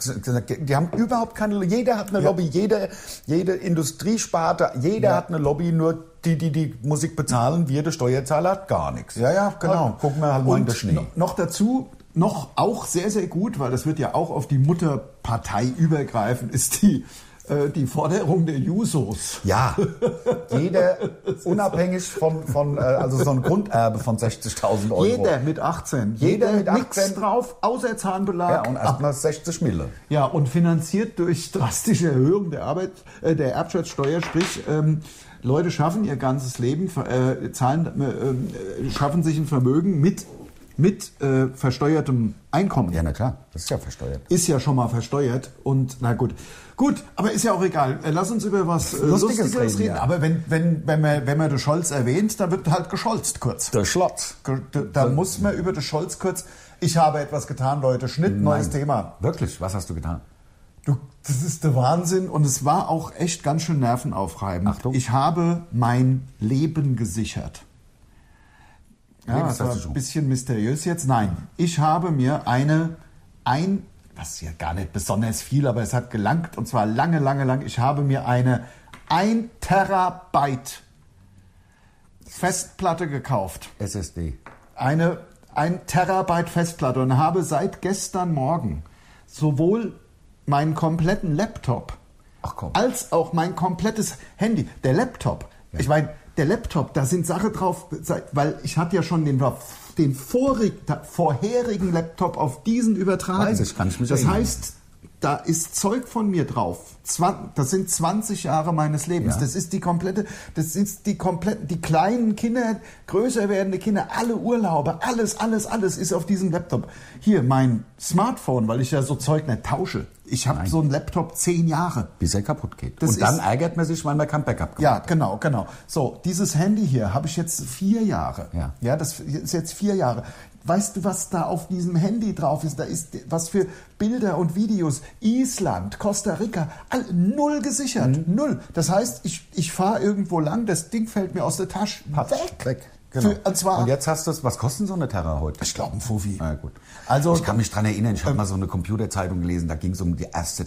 Speaker 4: die haben überhaupt keine. Jeder hat eine Lobby, jede, jede Industriesparte, jeder
Speaker 3: Ja.
Speaker 4: hat eine Lobby. Nur die, die die Musik bezahlen, wir der Steuerzahler hat gar nichts.
Speaker 3: Ja, ja, genau.
Speaker 4: Dann gucken wir halt mal in den Schnee.
Speaker 3: no- Noch dazu, noch auch sehr, sehr gut, weil das wird ja auch auf die Mutterpartei übergreifen, ist die, äh, die Forderung der Jusos.
Speaker 4: Ja, jeder unabhängig von, von äh, also so ein Grunderbe von 60.000 Euro.
Speaker 3: Jeder mit 18.
Speaker 4: Jeder mit
Speaker 3: Nichts
Speaker 4: 18.
Speaker 3: drauf, außer Zahnbelag.
Speaker 4: Ja, und also erstmal 60 Mille.
Speaker 3: Ja, und finanziert durch drastische Erhöhung der, Arbeit, äh, der Erbschaftssteuer, sprich, ähm, Leute schaffen ihr ganzes Leben, ver- äh, zahlen, äh, äh, schaffen sich ein Vermögen mit, mit äh, versteuertem Einkommen.
Speaker 4: Ja, na klar, das ist ja versteuert.
Speaker 3: Ist ja schon mal versteuert und na gut. Gut, aber ist ja auch egal. Äh, Lass uns über was äh,
Speaker 4: Lustiges
Speaker 3: Lustiges reden.
Speaker 4: reden, ja.
Speaker 3: Aber wenn, wenn, wenn, man, wenn man den Scholz erwähnt, dann wird halt gescholzt kurz.
Speaker 4: Der Schlotz.
Speaker 3: Ge- Da, da muss man über den Scholz kurz, ich habe etwas getan, Leute, Schnitt, neues Thema.
Speaker 4: Wirklich, was hast du getan?
Speaker 3: Du, das ist der Wahnsinn und es war auch echt ganz schön nervenaufreibend.
Speaker 4: Achtung.
Speaker 3: Ich habe mein Leben gesichert. Ja, das war ein
Speaker 4: Lebenversicherung.
Speaker 3: bisschen mysteriös jetzt. Nein, ich habe mir eine ein, was ja gar nicht besonders viel, aber es hat gelangt und zwar lange, lange, lang. Ich habe mir eine 1 Terabyte Festplatte gekauft
Speaker 4: SSD.
Speaker 3: eine ein Terabyte Festplatte und habe seit gestern Morgen sowohl meinen kompletten Laptop
Speaker 4: Ach komm.
Speaker 3: als auch mein komplettes Handy. Der Laptop, ich meine, der Laptop, da sind Sachen drauf, seit- weil ich hatte ja schon den, den vorig, vorherigen Laptop auf diesen übertragen.
Speaker 4: Weiß ich, kann ich mich
Speaker 3: das
Speaker 4: erinnern.
Speaker 3: heißt, da ist Zeug von mir drauf. Zwan- Das sind 20 Jahre meines Lebens.
Speaker 4: Ja.
Speaker 3: Das ist die komplette, das ist die komplette, die kleinen Kinder, größer werdende Kinder, alle Urlaube, alles, alles, alles ist auf diesem Laptop. Hier mein Smartphone, weil ich ja so Zeug nicht tausche. Ich habe so einen Laptop zehn Jahre.
Speaker 4: Bis er kaputt geht.
Speaker 3: Das
Speaker 4: und dann
Speaker 3: ist-
Speaker 4: ärgert man sich, weil man kein Backup
Speaker 3: Ja, genau, genau. So, dieses Handy hier habe ich jetzt vier Jahre.
Speaker 4: Ja.
Speaker 3: ja, das ist jetzt vier Jahre. Weißt du, was da auf diesem Handy drauf ist? Da ist was für Bilder und Videos. Island, Costa Rica, all, null gesichert.
Speaker 4: Mhm.
Speaker 3: Null. Das heißt, ich, ich fahre irgendwo lang, das Ding fällt mir aus der Tasche.
Speaker 4: Patsch,
Speaker 3: Weg.
Speaker 4: weg. genau.
Speaker 3: Für, und zwar,
Speaker 4: jetzt hast du es, was kostet so eine Terra heute?
Speaker 3: ich glaube, ein Fofi.
Speaker 4: Na gut.
Speaker 3: Also- Ähm.
Speaker 4: Also, ich kann mich dran erinnern, ich habe mal so eine Computerzeitung gelesen, da ging es um die erste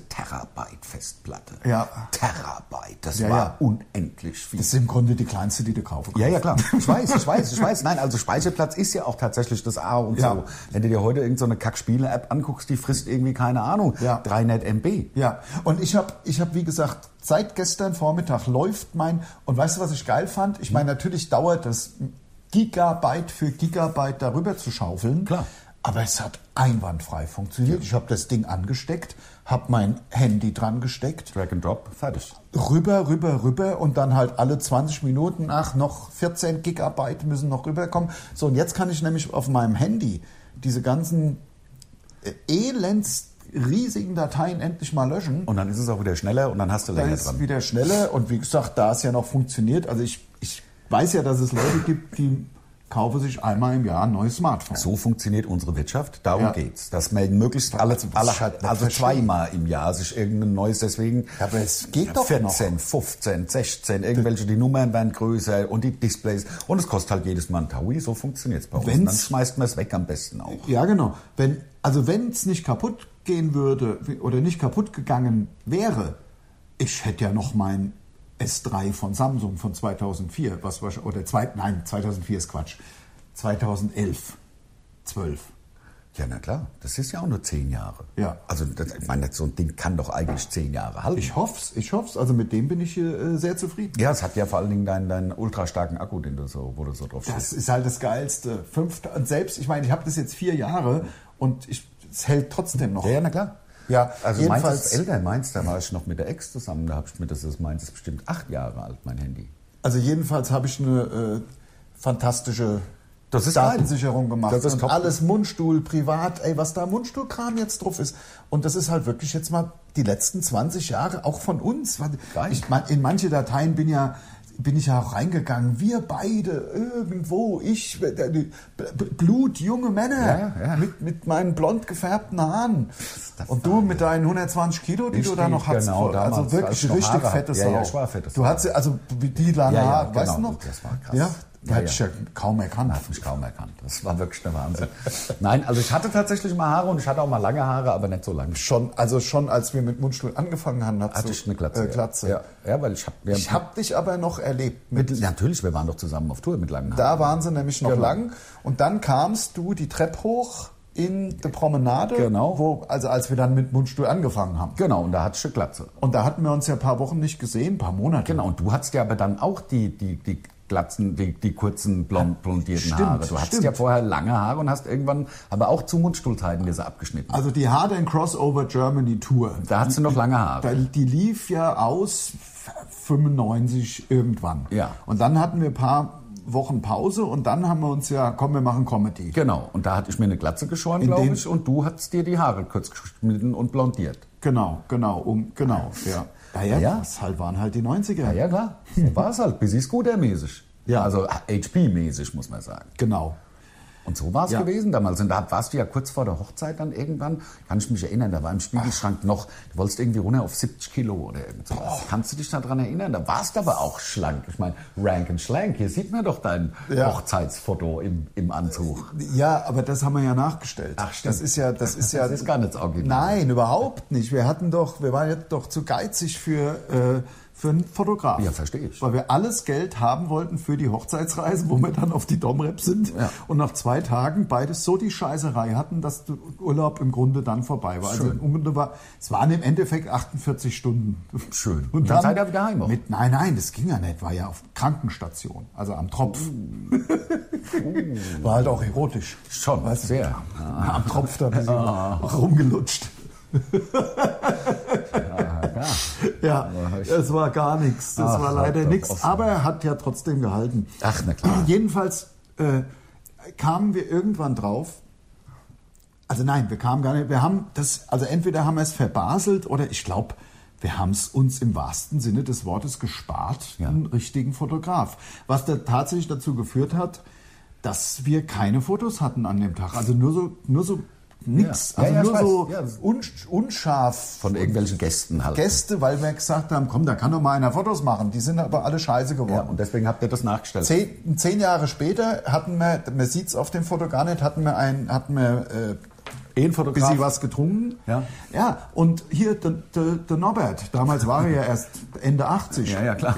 Speaker 4: Terabyte-Festplatte.
Speaker 3: Ja.
Speaker 4: Terabyte, das
Speaker 3: Ja,
Speaker 4: war
Speaker 3: ja.
Speaker 4: unendlich viel.
Speaker 3: Das ist im Grunde die kleinste, die du kaufen kannst.
Speaker 4: Ja, ja, klar. Ich weiß, ich weiß, ich weiß. Nein, also Speicherplatz ist ja auch tatsächlich das A und
Speaker 3: Ja.
Speaker 4: so. Wenn du dir heute irgendeine so Kack-Spiele-App anguckst, die frisst irgendwie, keine Ahnung,
Speaker 3: Ja.
Speaker 4: 300 MB.
Speaker 3: Ja, und ich habe, ich hab, wie gesagt, seit gestern Vormittag läuft mein, und weißt du, was ich geil fand? Ich meine, natürlich dauert das, Gigabyte für Gigabyte darüber zu schaufeln.
Speaker 4: Klar.
Speaker 3: Aber es hat einwandfrei funktioniert. Ich habe das Ding angesteckt, habe mein Handy dran gesteckt,
Speaker 4: Drag and Drop, fertig.
Speaker 3: rüber, rüber, rüber und dann halt alle 20 Minuten, ach, noch 14 Gigabyte müssen noch rüberkommen. So, und jetzt kann ich nämlich auf meinem Handy diese ganzen äh, elends riesigen Dateien endlich mal löschen.
Speaker 4: Und dann ist es auch wieder schneller und dann hast du
Speaker 3: Da
Speaker 4: länger
Speaker 3: ist
Speaker 4: dran.
Speaker 3: wieder schneller und wie gesagt, da es ja noch funktioniert, also ich, ich weiß ja, dass es Leute gibt, die kaufen sich einmal im Jahr ein neues Smartphone.
Speaker 4: So funktioniert unsere Wirtschaft, darum
Speaker 3: Ja.
Speaker 4: geht's. Dass man möglichst alle, alle
Speaker 3: halt nicht
Speaker 4: also
Speaker 3: verstehen.
Speaker 4: zweimal im Jahr sich irgendein neues, deswegen
Speaker 3: Ja, aber es geht doch
Speaker 4: 14, 15, 16, irgendwelche, die Nummern werden größer und die Displays und es kostet halt jedes Mal ein Taui, so funktioniert's bei uns.
Speaker 3: Wenn's-
Speaker 4: Und dann schmeißt man es weg am besten auch.
Speaker 3: Ja, genau. Wenn, also wenn es nicht kaputt gehen würde wie- oder nicht kaputt gegangen wäre, ich hätte ja noch mein S3 von Samsung von 2004, was war, oder zwei, nein, 2004 ist Quatsch, 2011, 12.
Speaker 4: Ja, na klar, das ist ja auch nur zehn Jahre.
Speaker 3: Ja.
Speaker 4: Also das, ich meine, so ein Ding kann doch eigentlich zehn Jahre halten.
Speaker 3: Ich hoff's, ich hoff's. Also mit dem bin ich hier äh, sehr zufrieden.
Speaker 4: ja, es hat ja vor allen Dingen deinen, deinen ultrastarken Akku, den du so, wo du so drauf
Speaker 3: Das ist halt das Geilste. Fünf, und selbst, ich meine, ich habe das jetzt vier Jahre und ich, es hält trotzdem noch.
Speaker 4: Ja, ja, na klar.
Speaker 3: Ja,
Speaker 4: also meins
Speaker 3: jedenfalls-
Speaker 4: ist älter. Meins, da war ich noch mit der Ex zusammen. Da hab ich mir, das ist meins ist bestimmt acht Jahre alt, mein Handy.
Speaker 3: Also jedenfalls habe ich eine äh, fantastische
Speaker 4: Das ist
Speaker 3: Datensicherung
Speaker 4: geil.
Speaker 3: gemacht.
Speaker 4: Das ist
Speaker 3: und
Speaker 4: top.
Speaker 3: alles Mundstuhl, privat, ey, was da Mundstuhlkram jetzt drauf ist. Und das ist halt wirklich jetzt mal die letzten 20 Jahre auch von uns.
Speaker 4: Geil.
Speaker 3: Ich mein, in manche Dateien bin ja bin ich ja auch reingegangen. Wir beide irgendwo, ich, äh, b- b- blutjunge Männer
Speaker 4: Ja, ja.
Speaker 3: Mit, mit meinen blond gefärbten Haaren.
Speaker 4: das
Speaker 3: Und du mit deinen 120 Kilo, die du
Speaker 4: Richtig,
Speaker 3: da noch hast.
Speaker 4: genau,
Speaker 3: voll- also
Speaker 4: damals, als
Speaker 3: wirklich
Speaker 4: ich noch
Speaker 3: richtig
Speaker 4: Haare hatte.
Speaker 3: fettes
Speaker 4: Ja, ja,
Speaker 3: Sau.
Speaker 4: ich war ein fettes
Speaker 3: du
Speaker 4: Sau.
Speaker 3: hattest also die langen
Speaker 4: Ja, ja,
Speaker 3: Haare,
Speaker 4: genau,
Speaker 3: weißt du noch?
Speaker 4: das war krass.
Speaker 3: Ja, da
Speaker 4: Ja,
Speaker 3: hätte ich
Speaker 4: ja.
Speaker 3: ja kaum erkannt.
Speaker 4: hat mich kaum erkannt. Das war wirklich der Wahnsinn. Nein, also ich hatte tatsächlich mal Haare und ich hatte auch mal lange Haare, aber nicht so lange.
Speaker 3: Schon, also schon als wir mit Mundstuhl angefangen haben, hattest
Speaker 4: Hatte
Speaker 3: du
Speaker 4: ich eine Glatze.
Speaker 3: Äh, Glatze.
Speaker 4: Ja, ja weil ich habe...
Speaker 3: Ich habe dich aber noch erlebt.
Speaker 4: mit, natürlich, wir waren doch zusammen auf Tour mit langen Haaren.
Speaker 3: Da waren sie nämlich noch lang. Und dann kamst du die Treppe hoch in die Promenade,
Speaker 4: Genau.
Speaker 3: wo, also als wir dann mit Mundstuhl angefangen haben.
Speaker 4: Genau, und da hatte ich eine Glatze.
Speaker 3: Und da hatten wir uns ja ein paar Wochen nicht gesehen, ein paar Monate.
Speaker 4: Genau, und du hattest ja aber dann auch die, die, die glatzen, die, die kurzen blond, blondierten
Speaker 3: Ah, Stimmt,
Speaker 4: Haare. Du hattest
Speaker 3: stimmt.
Speaker 4: ja vorher lange Haare und hast irgendwann aber auch zu Mundstuhlzeiten diese abgeschnitten.
Speaker 3: Also die Hard and Crossover Germany Tour,
Speaker 4: da hattest du noch lange
Speaker 3: da-
Speaker 4: Haare.
Speaker 3: die lief ja aus 95 irgendwann.
Speaker 4: Ja.
Speaker 3: Und dann hatten wir ein paar Wochen Pause und dann haben wir uns ja, komm, wir machen Comedy.
Speaker 4: Genau, und da hatte ich mir eine Glatze geschoren,
Speaker 3: In
Speaker 4: glaube
Speaker 3: den-
Speaker 4: ich, und du hattest dir die Haare kurz geschnitten und blondiert.
Speaker 3: Genau, genau, um, genau, ja. Naja,
Speaker 4: Ja.
Speaker 3: das halt waren halt die 90er.
Speaker 4: Ja, ja klar,
Speaker 3: [laughs]
Speaker 4: so war es halt, bis ich mäßig
Speaker 3: Ja.
Speaker 4: Also HP-mäßig, muss man sagen.
Speaker 3: Genau.
Speaker 4: Und so war es
Speaker 3: Ja.
Speaker 4: gewesen damals. Und da warst du ja kurz vor der Hochzeit dann irgendwann, kann ich mich erinnern, da war im Spiegelschrank noch, du wolltest irgendwie runter auf 70 Kilo oder irgend sowas. Kannst du dich daran erinnern? Da warst du aber auch schlank. Ich meine, rank and schlank, hier sieht man doch dein
Speaker 3: Ja.
Speaker 4: Hochzeitsfoto im, im Anzug.
Speaker 3: Ja, aber das haben wir ja nachgestellt.
Speaker 4: Ach, stimmt.
Speaker 3: Das ist ja, das ist ja.
Speaker 4: Das ist gar nicht das Original.
Speaker 3: Nein, überhaupt nicht. Wir hatten doch, wir waren ja doch zu geizig für, äh, für einen Fotograf.
Speaker 4: Ja, verstehe ich.
Speaker 3: Weil wir alles Geld haben wollten für die Hochzeitsreise, wo wir dann auf die Domrep sind
Speaker 4: Ja.
Speaker 3: und nach zwei Tagen beides so die Scheißerei hatten, dass der Urlaub im Grunde dann vorbei war. Also im Grunde war, es waren im Endeffekt 48 Stunden.
Speaker 4: Schön.
Speaker 3: Und dann,
Speaker 4: Dann seid ihr wieder heim auch.
Speaker 3: Mit, nein, nein, das ging ja nicht. War ja auf Krankenstation, also am Tropf. [laughs] War halt auch erotisch.
Speaker 4: Schon,
Speaker 3: Weißt du,
Speaker 4: sehr.
Speaker 3: Am Tropf da ein bisschen rumgelutscht. ja, es war gar nichts. Das
Speaker 4: Ach,
Speaker 3: war leider
Speaker 4: halt doch,
Speaker 3: nichts.
Speaker 4: offen.
Speaker 3: Aber er hat ja trotzdem gehalten.
Speaker 4: Ach, na klar.
Speaker 3: Jedenfalls äh, kamen wir irgendwann drauf. Also nein, wir kamen gar nicht. Wir haben das, also entweder haben wir es verbaselt oder ich glaube, wir haben es uns im wahrsten Sinne des Wortes gespart,
Speaker 4: Ja.
Speaker 3: einen richtigen Fotograf. Was da tatsächlich dazu geführt hat, dass wir keine Fotos hatten an dem Tag. Also nur so, nur so nix.
Speaker 4: Ja,
Speaker 3: also
Speaker 4: ja, ich
Speaker 3: nur so
Speaker 4: weiß. Ja, das-
Speaker 3: unsch- unscharf
Speaker 4: Von irgendwelchen Gästen halt.
Speaker 3: Gäste, weil wir gesagt haben, komm, da kann doch mal einer Fotos machen. Die sind aber alle scheiße
Speaker 4: Ja,
Speaker 3: geworden.
Speaker 4: und deswegen habt ihr das nachgestellt.
Speaker 3: Zehn, zehn Jahre später hatten wir, man sieht es auf dem Foto gar nicht, hatten wir ein, hatten wir äh,
Speaker 4: Ein
Speaker 3: ein
Speaker 4: Fotograf.
Speaker 3: bisschen was getrunken.
Speaker 4: Ja.
Speaker 3: Ja, und hier der, der, der Norbert, damals war er ja erst Ende 80.
Speaker 4: Ja, ja, klar.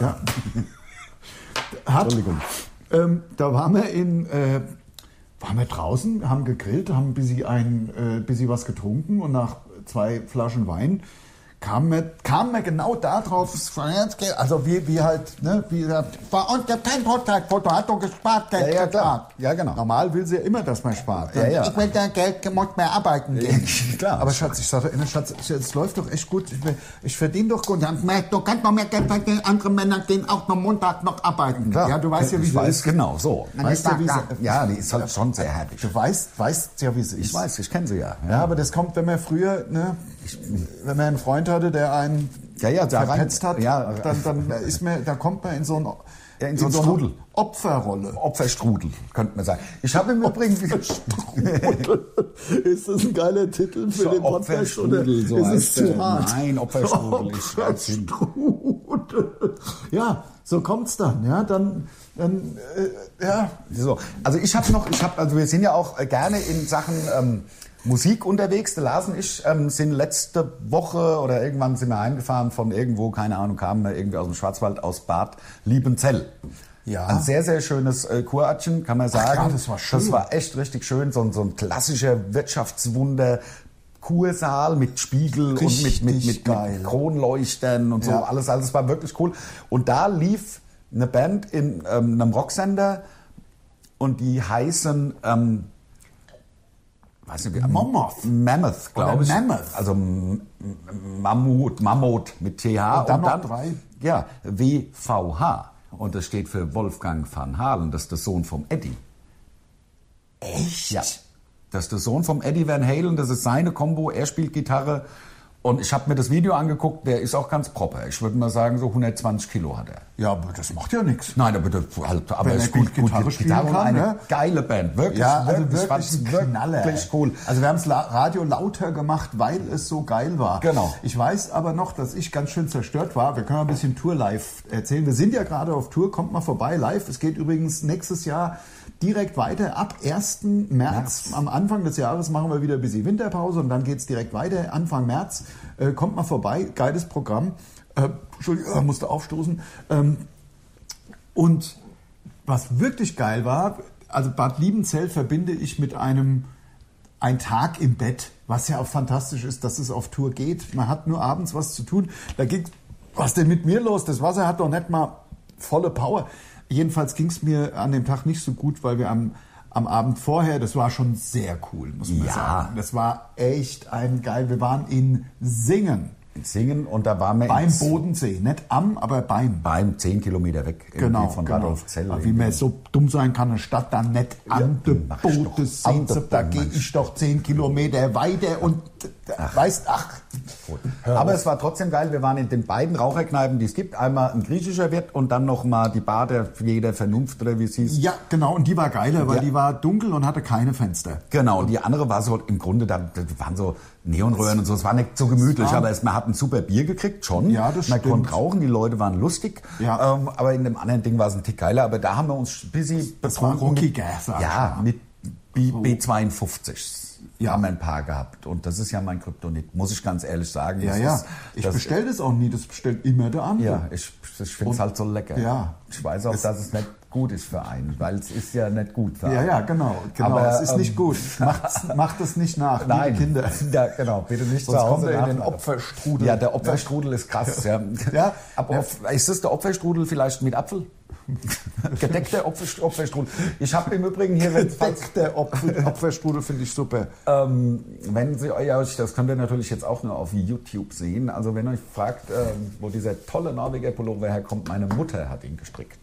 Speaker 3: Hat,
Speaker 4: Entschuldigung.
Speaker 3: Ähm, da waren wir in, äh, waren wir draußen, haben gegrillt, haben ein bisschen, ein, äh, bisschen was getrunken und nach zwei Flaschen Wein kamen wir, kamen wir genau darauf, also wie, wie halt, ne, wie gesagt, bei uns gibt kein Hochzeitsfoto, hat doch gespart, Geld
Speaker 4: Ja, ja,
Speaker 3: gespart.
Speaker 4: klar. Ja, genau.
Speaker 3: Normal will sie ja immer, dass man spart.
Speaker 4: Ja, ja.
Speaker 3: Ich will dein Geld gemockt mehr arbeiten gehen.
Speaker 4: [laughs] klar.
Speaker 3: Aber Schatz, ich sage, immer, Schatz, ich- es läuft doch echt gut, ich, ich verdiene doch gut. Dann, merk, du kannst noch mehr Geld verdienen, andere Männer gehen auch noch Montag noch arbeiten. Ja, du weißt ja, wie
Speaker 4: ich
Speaker 3: sie
Speaker 4: weiß,
Speaker 3: ist.
Speaker 4: genau, so.
Speaker 3: Dann
Speaker 4: Weißt
Speaker 3: ist
Speaker 4: du, wie
Speaker 3: da-
Speaker 4: sie, ja, die ist halt schon sehr herrlich.
Speaker 3: Du weißt, weißt ja, wie sie ist.
Speaker 4: Ich weiß, ich kenne sie ja.
Speaker 3: Ja, aber das kommt, wenn man früher, ne, wenn man einen Freund hatte, der einen
Speaker 4: Ja, ja, da rein-
Speaker 3: verpetzt hat,
Speaker 4: ja.
Speaker 3: dann, dann ist man, da kommt man äh, in so ein
Speaker 4: Ja, in so einen Strudel.
Speaker 3: Opferrolle.
Speaker 4: Opferstrudel, könnte man sagen.
Speaker 3: [laughs]
Speaker 4: Ich habe im Übrigen...
Speaker 3: ist das ein geiler Titel für den Podcast? Oder
Speaker 4: Opferstrudel, so
Speaker 3: ist es
Speaker 4: heißt
Speaker 3: zu
Speaker 4: er.
Speaker 3: hart?
Speaker 4: Nein, Opferstrudel, ich schreib's hin.
Speaker 3: [laughs] Opferstrudel. Ja, so kommt's dann. Ja, dann, dann äh, ja,
Speaker 4: So, also ich habe noch, ich habe, also wir sind ja auch äh, gerne in Sachen ähm, Musik unterwegs. Der Lars und ich ähm, sind letzte Woche oder irgendwann sind wir heimgefahren von irgendwo, keine Ahnung, kamen wir irgendwie aus dem Schwarzwald, aus Bad Liebenzell.
Speaker 3: Ja.
Speaker 4: Ein sehr, sehr schönes äh, Kurörtchen, kann man sagen.
Speaker 3: ja, das war schön.
Speaker 4: Das war echt richtig schön, so, ein- so ein klassischer Wirtschaftswunder. Kursaal mit Spiegel
Speaker 3: Richtig
Speaker 4: und mit, mit, mit,
Speaker 3: geil.
Speaker 4: mit Kronleuchtern und so
Speaker 3: Ja.
Speaker 4: alles, alles war wirklich cool. Und da lief eine Band in ähm, einem Rocksender und die heißen, ähm, weiß nicht wie,
Speaker 3: Mammoth.
Speaker 4: Mammoth,
Speaker 3: Oder
Speaker 4: glaube ich.
Speaker 3: Mammoth.
Speaker 4: Also M- M- Mammut, Mammut mit TH.
Speaker 3: Und dann noch drei.
Speaker 4: Ja, WVH. Und das steht für Wolfgang van Halen, das ist der Sohn vom Eddie.
Speaker 3: echt.
Speaker 4: Ja. Das ist der Sohn vom Eddie Van Halen, das ist seine Combo. Er spielt Gitarre Und ich habe mir das Video angeguckt, der ist auch ganz proper. Ich würde mal sagen, so 120 Kilo hat er.
Speaker 3: Ja, aber das macht ja nichts.
Speaker 4: Nein, aber, das, halt, aber
Speaker 3: Wenn
Speaker 4: er
Speaker 3: er
Speaker 4: ist
Speaker 3: gut
Speaker 4: gut, gut
Speaker 3: Gitarre
Speaker 4: gut
Speaker 3: spielen
Speaker 4: Gitarre und
Speaker 3: kann,
Speaker 4: eine
Speaker 3: ne?
Speaker 4: geile Band. Wirklich,
Speaker 3: Ja, also
Speaker 4: wirklich,
Speaker 3: wirklich ein
Speaker 4: wirklich
Speaker 3: Knaller.
Speaker 4: Wirklich cool.
Speaker 3: Also wir haben das Radio lauter gemacht, weil es so geil war.
Speaker 4: Genau.
Speaker 3: Ich weiß aber noch, dass ich ganz schön zerstört war. Wir können ein bisschen Tour live erzählen. Wir sind ja gerade auf Tour, kommt mal vorbei live. Es geht übrigens nächstes Jahr direkt weiter. Ab 1. März, am Anfang des Jahres, machen wir wieder ein bisschen Winterpause und dann geht's direkt weiter. Anfang März äh, kommt mal vorbei. Geiles Programm. Äh, Entschuldigung, äh, musste aufstoßen. Ähm, und was wirklich geil war, also Bad Liebenzell verbinde ich mit einem ein Tag im Bett, was ja auch fantastisch ist, dass es auf Tour geht. Man hat nur abends was zu tun. Da ging was denn mit mir los? Das Wasser hat doch nicht mal volle Power. Jedenfalls ging es mir an dem Tag nicht so gut, weil wir am, am Abend vorher, das war schon sehr cool, muss man
Speaker 4: Ja.
Speaker 3: sagen. Das war echt ein geil. Wir waren in Singen
Speaker 4: Singen und da waren wir
Speaker 3: beim
Speaker 4: ins-
Speaker 3: Bodensee, nicht am, aber beim.
Speaker 4: beim 10 Kilometer weg irgendwie
Speaker 3: Genau,
Speaker 4: von
Speaker 3: genau.
Speaker 4: Radolfzell.
Speaker 3: Aber Wie man so dumm sein kann, eine Stadt dann nicht an der
Speaker 4: mach ich doch.
Speaker 3: Boote
Speaker 4: An der
Speaker 3: sitzt, da
Speaker 4: Bahn,
Speaker 3: gehe
Speaker 4: Mensch.
Speaker 3: ich doch zehn Kilometer weiter und ach. weißt, ach,
Speaker 4: Gut. Aber es war trotzdem geil. Wir waren in den beiden Raucherkneipen, die es gibt. Einmal ein griechischer Wirt und dann nochmal die Bar der jeder Vernunft oder wie es hieß.
Speaker 3: ja, genau, und die war geiler, weil
Speaker 4: Ja.
Speaker 3: die war dunkel und hatte keine Fenster.
Speaker 4: Genau, und die andere war so im Grunde, da das waren so Neonröhren und so, es war nicht so gemütlich,
Speaker 3: war-
Speaker 4: aber es, man hat ein super Bier gekriegt, schon.
Speaker 3: Ah. Ja, das
Speaker 4: Man
Speaker 3: stimmt.
Speaker 4: konnte rauchen, die Leute waren lustig,
Speaker 3: Ja.
Speaker 4: ähm, aber in dem anderen Ding war es ein Tick geiler, aber da haben wir uns ein bisschen
Speaker 3: Das war
Speaker 4: betrunken mit-
Speaker 3: rockiger, sag ich
Speaker 4: Ja, mit B, B52
Speaker 3: Ja.
Speaker 4: haben wir ein paar gehabt und das ist ja mein Kryptonit, muss ich ganz ehrlich sagen.
Speaker 3: Ja,
Speaker 4: das
Speaker 3: ja,
Speaker 4: Ist,
Speaker 3: ich
Speaker 4: das-
Speaker 3: bestell das auch nie, das bestellt immer der andere.
Speaker 4: Ja, ich, ich finde es
Speaker 3: Und-
Speaker 4: halt so lecker.
Speaker 3: Ja.
Speaker 4: Ich weiß auch, dass es nicht gut ist für einen, weil es ist ja nicht gut für
Speaker 3: Ja,
Speaker 4: einen.
Speaker 3: ja, genau, genau.
Speaker 4: Aber,
Speaker 3: es ist nicht
Speaker 4: ähm, [laughs]
Speaker 3: gut. Macht's, macht es nicht nach,
Speaker 4: Nein.
Speaker 3: liebe Kinder.
Speaker 4: Ja, genau. Bitte nicht
Speaker 3: Sonst
Speaker 4: zu
Speaker 3: kommt
Speaker 4: Hause
Speaker 3: ihr in den
Speaker 4: nach-
Speaker 3: Opferstrudel.
Speaker 4: Ja, der Opferstrudel ist krass. Ja.
Speaker 3: [laughs] Ja.
Speaker 4: Aber Opf- ist das der Opferstrudel vielleicht
Speaker 3: [laughs]
Speaker 4: mit Apfel? Gedeckter Opfer, Opferstrudel. Ich habe im Übrigen
Speaker 3: [laughs]
Speaker 4: hier, wenn, falls,
Speaker 3: Perfekter Opfer, Opferstrudel finde ich super.
Speaker 4: ähm, wenn Sie euch, das könnt ihr natürlich jetzt auch nur auf YouTube sehen, also wenn euch fragt, ähm, wo dieser tolle Norweger Pullover herkommt, meine Mutter hat ihn gestrickt.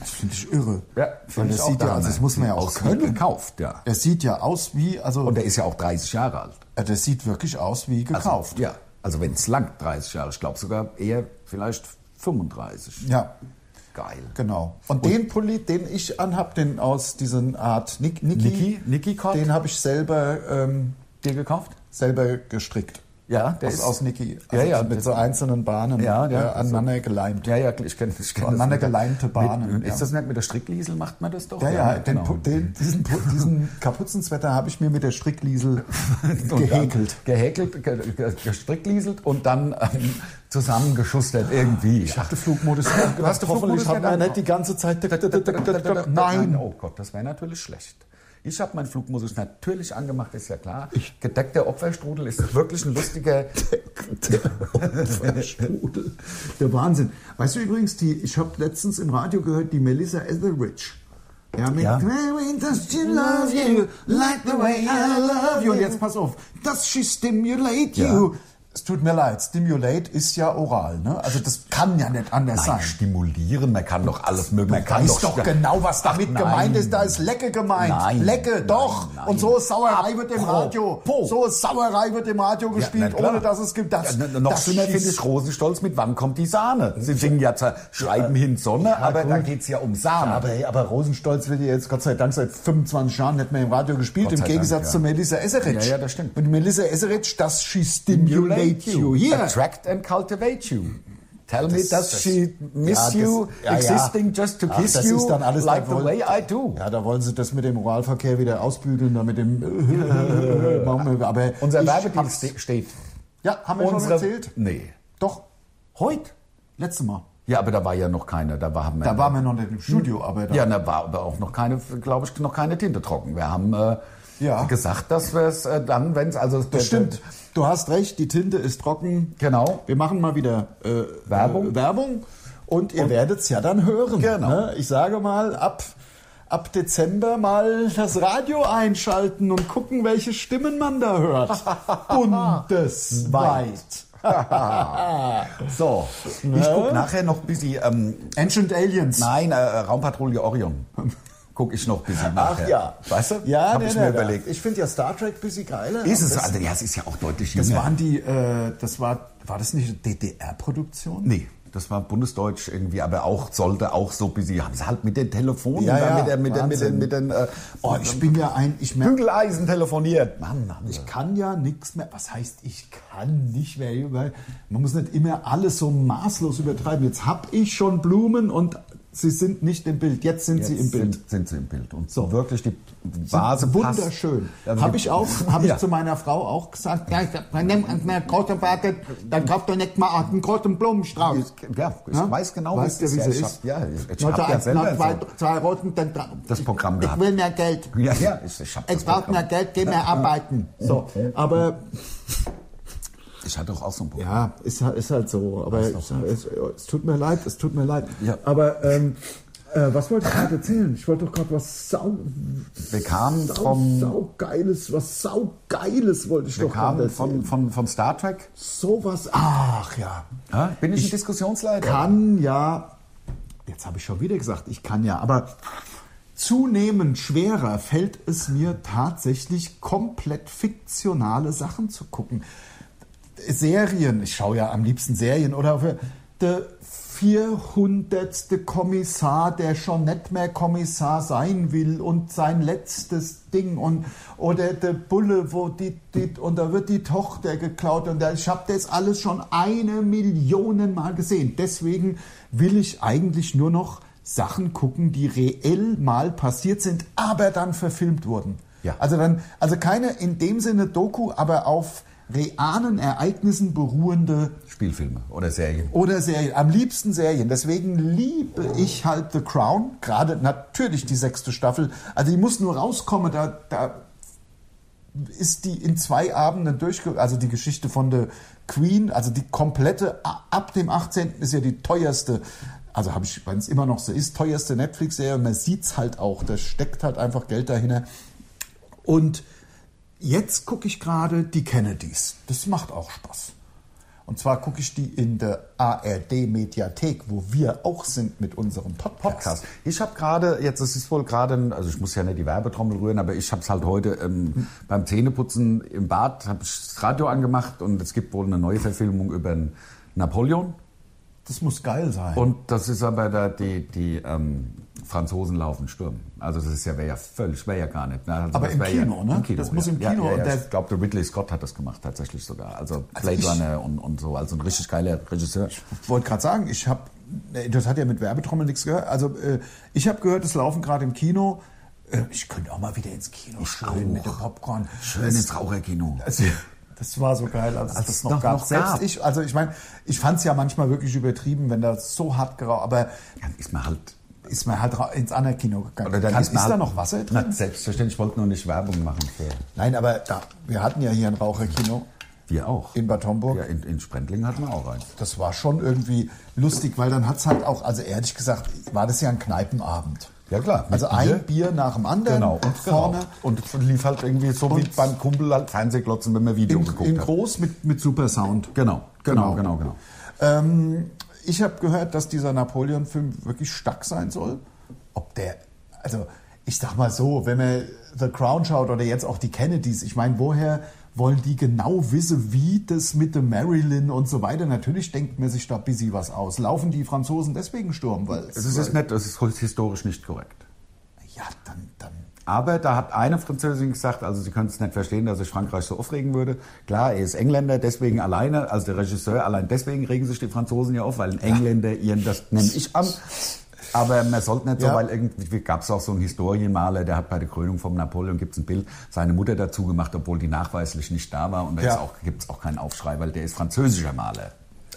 Speaker 3: Das finde ich irre.
Speaker 4: find
Speaker 3: Weil
Speaker 4: ich
Speaker 3: das
Speaker 4: auch
Speaker 3: sieht ja,
Speaker 4: Hammer.
Speaker 3: also das muss man ja auch
Speaker 4: Aus Wien
Speaker 3: können.
Speaker 4: Gekauft, ja.
Speaker 3: Das sieht ja aus wie, also
Speaker 4: Und der ist ja auch 30 Jahre alt.
Speaker 3: Äh, Das sieht wirklich aus wie gekauft.
Speaker 4: Ja, also wenn es langt, 30 Jahre. Ich glaube sogar eher vielleicht 35.
Speaker 3: ja.
Speaker 4: Geil.
Speaker 3: genau. Und, den Pulli, den ich anhab, den aus diesen Art Nick, Nicky,
Speaker 4: Niki- Niki-Cord?
Speaker 3: den habe ich selber, ähm,
Speaker 4: Dir gekauft?
Speaker 3: selber gestrickt.
Speaker 4: Ja, der
Speaker 3: aus,
Speaker 4: ist-
Speaker 3: aus Niki.
Speaker 4: ja,
Speaker 3: mit
Speaker 4: mit-
Speaker 3: so einzelnen Bahnen
Speaker 4: Ja, ja.
Speaker 3: äh, aneinander geleimt.
Speaker 4: Ja, ja, ich kenne ich kenn
Speaker 3: Aneinander
Speaker 4: mit der-
Speaker 3: geleimte Bahnen,
Speaker 4: Mit,
Speaker 3: ja.
Speaker 4: Ist das nicht mit der Strickliesel? Macht man das doch?
Speaker 3: Ja, ja, den,
Speaker 4: genau.
Speaker 3: Pu- den, [laughs] diesen, Pu- diesen Kapuzenzwetter habe ich mir mit der [laughs] Strickliesel
Speaker 4: Und dann
Speaker 3: gehäkelt.
Speaker 4: Gehäkelt, ge- ge- gestricklieselt und dann ähm, zusammengeschustert irgendwie.
Speaker 3: Ich hatte [laughs] Flugmodus.
Speaker 4: hast den Flugmodus
Speaker 3: Hoffentlich hat man
Speaker 4: gehabt?
Speaker 3: nicht die ganze Zeit.
Speaker 4: Nein,
Speaker 3: [laughs] Nein.
Speaker 4: oh Gott, das wäre natürlich schlecht. Ich habe meinen Flugmodus natürlich angemacht, ist ja klar. Gedeckter Opferstrudel ist wirklich ein [laughs] lustiger.
Speaker 3: Opferstrudel. Der Wahnsinn. Weißt du übrigens, die, ich habe letztens im Radio gehört, die Melissa Etheridge. Ja, mit
Speaker 4: Ja.
Speaker 3: Mary, does she love you like the way I love you? Und jetzt pass auf. Does she stimulate
Speaker 4: Ja.
Speaker 3: you? Es tut mir leid, stimulate ist ja oral, ne? Also das kann ja nicht anders
Speaker 4: Nein,
Speaker 3: sein.
Speaker 4: stimulieren, man kann doch alles mögen. Man kann
Speaker 3: Weiß doch genau, was damit
Speaker 4: nein.
Speaker 3: gemeint ist. Da ist Lecke gemeint.
Speaker 4: Nein,
Speaker 3: Lecke,
Speaker 4: nein,
Speaker 3: doch.
Speaker 4: nein.
Speaker 3: Und so ist Sauerei wird im
Speaker 4: Apropos.
Speaker 3: Radio. So ist Sauerei wird im Radio gespielt,
Speaker 4: na klar.
Speaker 3: ohne dass es gibt. Das,
Speaker 4: Ja, n- noch
Speaker 3: das
Speaker 4: schlimmer
Speaker 3: schießt-
Speaker 4: finde ich Rosenstolz mit Wann kommt die Sahne? Sie singen ja, zwar, schreiben hin Sonne, aber
Speaker 3: gut.
Speaker 4: da geht es ja um Sahne.
Speaker 3: Aber, hey, aber Rosenstolz wird ja jetzt Gott sei Dank seit 25 Jahren nicht mehr im Radio gespielt,
Speaker 4: Gott
Speaker 3: im
Speaker 4: sei Dank,
Speaker 3: Gegensatz
Speaker 4: ja.
Speaker 3: zu Melissa Eserich.
Speaker 4: Ja, ja, das stimmt.
Speaker 3: Und Melissa Eserich, das she stimulate you. Hier.
Speaker 4: Attract and cultivate you. Tell me,
Speaker 3: Das-
Speaker 4: does
Speaker 3: das-
Speaker 4: she miss
Speaker 3: Ja, das-
Speaker 4: you,
Speaker 3: ja, ja.
Speaker 4: existing just to
Speaker 3: Ach,
Speaker 4: kiss
Speaker 3: das
Speaker 4: you,
Speaker 3: ist dann alles
Speaker 4: like
Speaker 3: da
Speaker 4: the
Speaker 3: wohl-
Speaker 4: way I do?
Speaker 3: Ja, da wollen sie das mit dem Oralverkehr wieder ausbügeln, da mit
Speaker 4: [laughs]
Speaker 3: dem. Machen wir- aber
Speaker 4: Unser
Speaker 3: ich
Speaker 4: Werbedienst
Speaker 3: hab's-
Speaker 4: ste- steht.
Speaker 3: Ja, haben wir
Speaker 4: Unsere-
Speaker 3: schon erzählt?
Speaker 4: Nee.
Speaker 3: Doch,
Speaker 4: Heute?
Speaker 3: letztes Mal.
Speaker 4: Ja, aber da war ja noch keiner. Da waren wir.
Speaker 3: Da waren wir noch nicht im
Speaker 4: Hm.
Speaker 3: Studio, aber da
Speaker 4: Ja, da war aber auch noch keine, glaube ich, noch keine Tinte trocken. Wir haben äh,
Speaker 3: Ja.
Speaker 4: gesagt, dass wir es äh, dann, wenn es also
Speaker 3: Das
Speaker 4: [laughs]
Speaker 3: stimmt. Du hast recht, die Tinte ist trocken.
Speaker 4: Genau.
Speaker 3: Wir machen mal wieder äh,
Speaker 4: Werbung.
Speaker 3: Äh, Werbung. Und ihr werdet es ja dann hören.
Speaker 4: Genau.
Speaker 3: Ne? Ich sage mal, ab, ab Dezember mal das Radio einschalten und gucken, welche Stimmen man da hört.
Speaker 4: [laughs]
Speaker 3: [laughs] Bundesweit.
Speaker 4: So,
Speaker 3: ne?
Speaker 4: ich gucke nachher noch ein bisschen. Ähm,
Speaker 3: Ancient Aliens.
Speaker 4: [laughs] nein, äh, Raumpatrouille Orion. gucke ich noch ein bisschen
Speaker 3: äh, Ach
Speaker 4: nachher.
Speaker 3: ja.
Speaker 4: Weißt du?
Speaker 3: Ja,
Speaker 4: Hab
Speaker 3: nee,
Speaker 4: ich
Speaker 3: nee,
Speaker 4: mir
Speaker 3: nee.
Speaker 4: überlegt.
Speaker 3: Ich finde ja Star Trek ein bisschen geiler.
Speaker 4: Ist
Speaker 3: aber
Speaker 4: es,
Speaker 3: das-
Speaker 4: also, ja, es ist ja auch deutlich
Speaker 3: Das
Speaker 4: jünger.
Speaker 3: waren die, äh, das war, war das nicht eine DDR-Produktion?
Speaker 4: Nee, das war bundesdeutsch irgendwie, aber auch sollte auch so bis sie haben es halt mit den Telefonen
Speaker 3: Ja,
Speaker 4: da
Speaker 3: ja,
Speaker 4: mit den mit den mit den,
Speaker 3: Wahnsinn.
Speaker 4: mit den äh,
Speaker 3: Oh, ich bin ja ein, ich merke,
Speaker 4: Bügeleisen telefoniert. Mann, Mann.
Speaker 3: ich kann ja nichts mehr. Was heißt, ich kann nicht mehr? Weil man muss nicht immer alles so maßlos übertreiben. Jetzt habe ich schon Blumen und sie sind nicht im Bild. Jetzt sind sie im Bild.
Speaker 4: Sind, sind sie im Bild und so wirklich die
Speaker 3: Sind
Speaker 4: Vase passt.
Speaker 3: wunderschön.
Speaker 4: Also
Speaker 3: Habe
Speaker 4: die-
Speaker 3: ich auch, habe
Speaker 4: Ja.
Speaker 3: ich zu meiner Frau auch gesagt. Ja, ich sag, man nimmt uns mehr großen Wartet, dann kauft doch nicht mal einen großen Blumenstrauß.
Speaker 4: Ja, ich
Speaker 3: Ja?
Speaker 4: weiß genau,
Speaker 3: weißt du, wie sie
Speaker 4: ist. Ja,
Speaker 3: ist.
Speaker 4: ich hab- Ja, ich, ich
Speaker 3: Leute,
Speaker 4: habe ja
Speaker 3: eins, noch
Speaker 4: selber
Speaker 3: zwei,
Speaker 4: so.
Speaker 3: zwei Roten, dann dra-
Speaker 4: Das Programm
Speaker 3: Ich
Speaker 4: gehabt.
Speaker 3: will mehr Geld.
Speaker 4: Ja, ja, ich, ich habe
Speaker 3: Ich brauche mehr Geld, geh mehr arbeiten. So, aber
Speaker 4: Ich hatte doch auch so ein Programm.
Speaker 3: ja, ist, halt- ist halt so. Aber es, es, es tut mir leid, es tut mir leid.
Speaker 4: Ja.
Speaker 3: Aber ähm, äh, was wollte ich gerade erzählen? Ich wollte doch gerade was sau,
Speaker 4: Wir kamen
Speaker 3: sau,
Speaker 4: vom-
Speaker 3: saugeiles, was saugeiles wollte ich
Speaker 4: Wir
Speaker 3: doch gerade
Speaker 4: kamen
Speaker 3: erzählen.
Speaker 4: von, von, von Star Trek.
Speaker 3: Sowas, ach ja.
Speaker 4: Hä? Bin ich, ein Diskussionsleiter?
Speaker 3: kann ja, jetzt habe ich schon wieder gesagt, ich kann ja, aber zunehmend schwerer fällt es mir tatsächlich, komplett fiktionale Sachen zu gucken. Serien, ich schaue ja am liebsten Serien oder für der 400. Kommissar, der schon nicht mehr Kommissar sein will und sein letztes Ding und oder der Bulle, wo die, die und da wird die Tochter geklaut und da, ich habe das alles schon eine Million Mal gesehen. Deswegen will ich eigentlich nur noch Sachen gucken, die reell mal passiert sind, aber dann verfilmt wurden.
Speaker 4: Ja.
Speaker 3: Also dann, also keine in dem Sinne Doku, aber auf realen Ereignissen beruhende
Speaker 4: Spielfilme oder Serien.
Speaker 3: oder Serien. Am liebsten Serien. Deswegen liebe ich halt The Crown. Gerade natürlich die sechste Staffel. Also die muss nur rauskommen. Da, da ist die in zwei Abenden durchge... Also die Geschichte von The Queen, also die komplette, a- ab dem 18. ist ja die teuerste, also habe ich, wenn es immer noch so ist, teuerste Netflix-Serie. Man sieht es halt auch. Da steckt halt einfach Geld dahinter. Und jetzt gucke ich gerade die Kennedys. Das macht auch Spaß. Und zwar gucke ich die in der ARD-Mediathek, wo wir auch sind mit unserem Pod- Podcast.
Speaker 4: Podcast. Ich habe gerade, jetzt es ist wohl gerade, ein- also ich muss ja nicht die Werbetrommel rühren, aber ich habe es halt heute ähm, beim Zähneputzen im Bad, habe ich das Radio angemacht und es gibt wohl eine neue Verfilmung über einen Napoleon.
Speaker 3: Das muss geil sein.
Speaker 4: Und das ist aber da die, die ähm, Franzosen laufen Sturm. Also das ist ja, wäre ja völlig, wäre ja gar nicht. ne? Also
Speaker 3: Aber
Speaker 4: das
Speaker 3: im
Speaker 4: wär
Speaker 3: Kino, ne? Das muss im Kino
Speaker 4: Ja, ja,
Speaker 3: und
Speaker 4: ja,
Speaker 3: der-
Speaker 4: ich glaube, der Ridley Scott hat das gemacht tatsächlich sogar. Also, Blade
Speaker 3: ich-
Speaker 4: Runner und, und so, also ein richtig geiler Regisseur.
Speaker 3: Ich wollte gerade sagen, ich habe, das hat ja mit Werbetrommel nichts gehört. Also äh, ich habe gehört, es laufen gerade im Kino. Äh, Ich könnte auch mal wieder ins Kino schön
Speaker 4: auch.
Speaker 3: mit dem Popcorn.
Speaker 4: Schönes Raucherkino.
Speaker 3: [laughs] Das, das war so geil, als, es
Speaker 4: es
Speaker 3: das noch,
Speaker 4: noch-
Speaker 3: gab.
Speaker 4: noch
Speaker 3: Selbst
Speaker 4: gab.
Speaker 3: ich, also ich meine, ich fand es ja manchmal wirklich übertrieben, wenn da so hart geraucht, aber
Speaker 4: Ja, ist mir halt
Speaker 3: ist man halt ra- ins andere Kino gegangen.
Speaker 4: Oder dann
Speaker 3: Kann,
Speaker 4: ist
Speaker 3: ist
Speaker 4: man
Speaker 3: da
Speaker 4: halt-
Speaker 3: noch Wasser
Speaker 4: [laughs]
Speaker 3: drin?
Speaker 4: Na, selbstverständlich, ich wollte nur nicht Werbung machen für.
Speaker 3: Nein, aber da, wir hatten ja hier ein Raucherkino
Speaker 4: Wir auch.
Speaker 3: in Bad Homburg.
Speaker 4: ja, in, in Sprendling hatten wir auch eins.
Speaker 3: Das war schon irgendwie lustig, weil dann hat es halt auch, also ehrlich gesagt, war das ja ein Kneipenabend.
Speaker 4: Ja, klar.
Speaker 3: Also
Speaker 4: Mit
Speaker 3: ein
Speaker 4: Bier.
Speaker 3: Bier nach dem anderen
Speaker 4: Genau, und
Speaker 3: vorne
Speaker 4: geraucht. Und lief halt irgendwie so wie
Speaker 3: Und-
Speaker 4: beim Kumpel halt Fernsehglotzen, wenn wir Video
Speaker 3: in,
Speaker 4: geguckt
Speaker 3: in
Speaker 4: haben.
Speaker 3: groß mit, mit super Sound.
Speaker 4: Genau, genau, genau, genau.
Speaker 3: Ähm, ich habe gehört, dass dieser Napoleon-Film wirklich stark sein soll. Ob der, also ich sag mal so, wenn man The Crown schaut oder jetzt auch die Kennedys, ich meine, woher wollen die genau wissen, wie das mit dem Marilyn und so weiter? Natürlich denkt man sich da ein bisschen was aus. Laufen die Franzosen deswegen Sturm? Weil
Speaker 4: Es ist, es ist nett, es ist historisch nicht korrekt.
Speaker 3: ja, dann, dann.
Speaker 4: Aber da hat eine Französin gesagt, also sie könnte es nicht verstehen, dass sich Frankreich so aufregen würde. Klar, er ist Engländer, deswegen alleine, also der Regisseur, allein deswegen regen sich die Franzosen ja auf, weil ein Engländer ihren, das nehme ich an. Aber man sollte nicht so,
Speaker 3: Ja.
Speaker 4: weil irgendwie gab es auch so einen Historienmaler, der hat bei der Krönung vom Napoleon, gibt es ein Bild, seine Mutter dazu gemacht, obwohl die nachweislich nicht da war. Und da
Speaker 3: Ja.
Speaker 4: ja. gibt es auch keinen Aufschrei, weil der ist französischer Maler.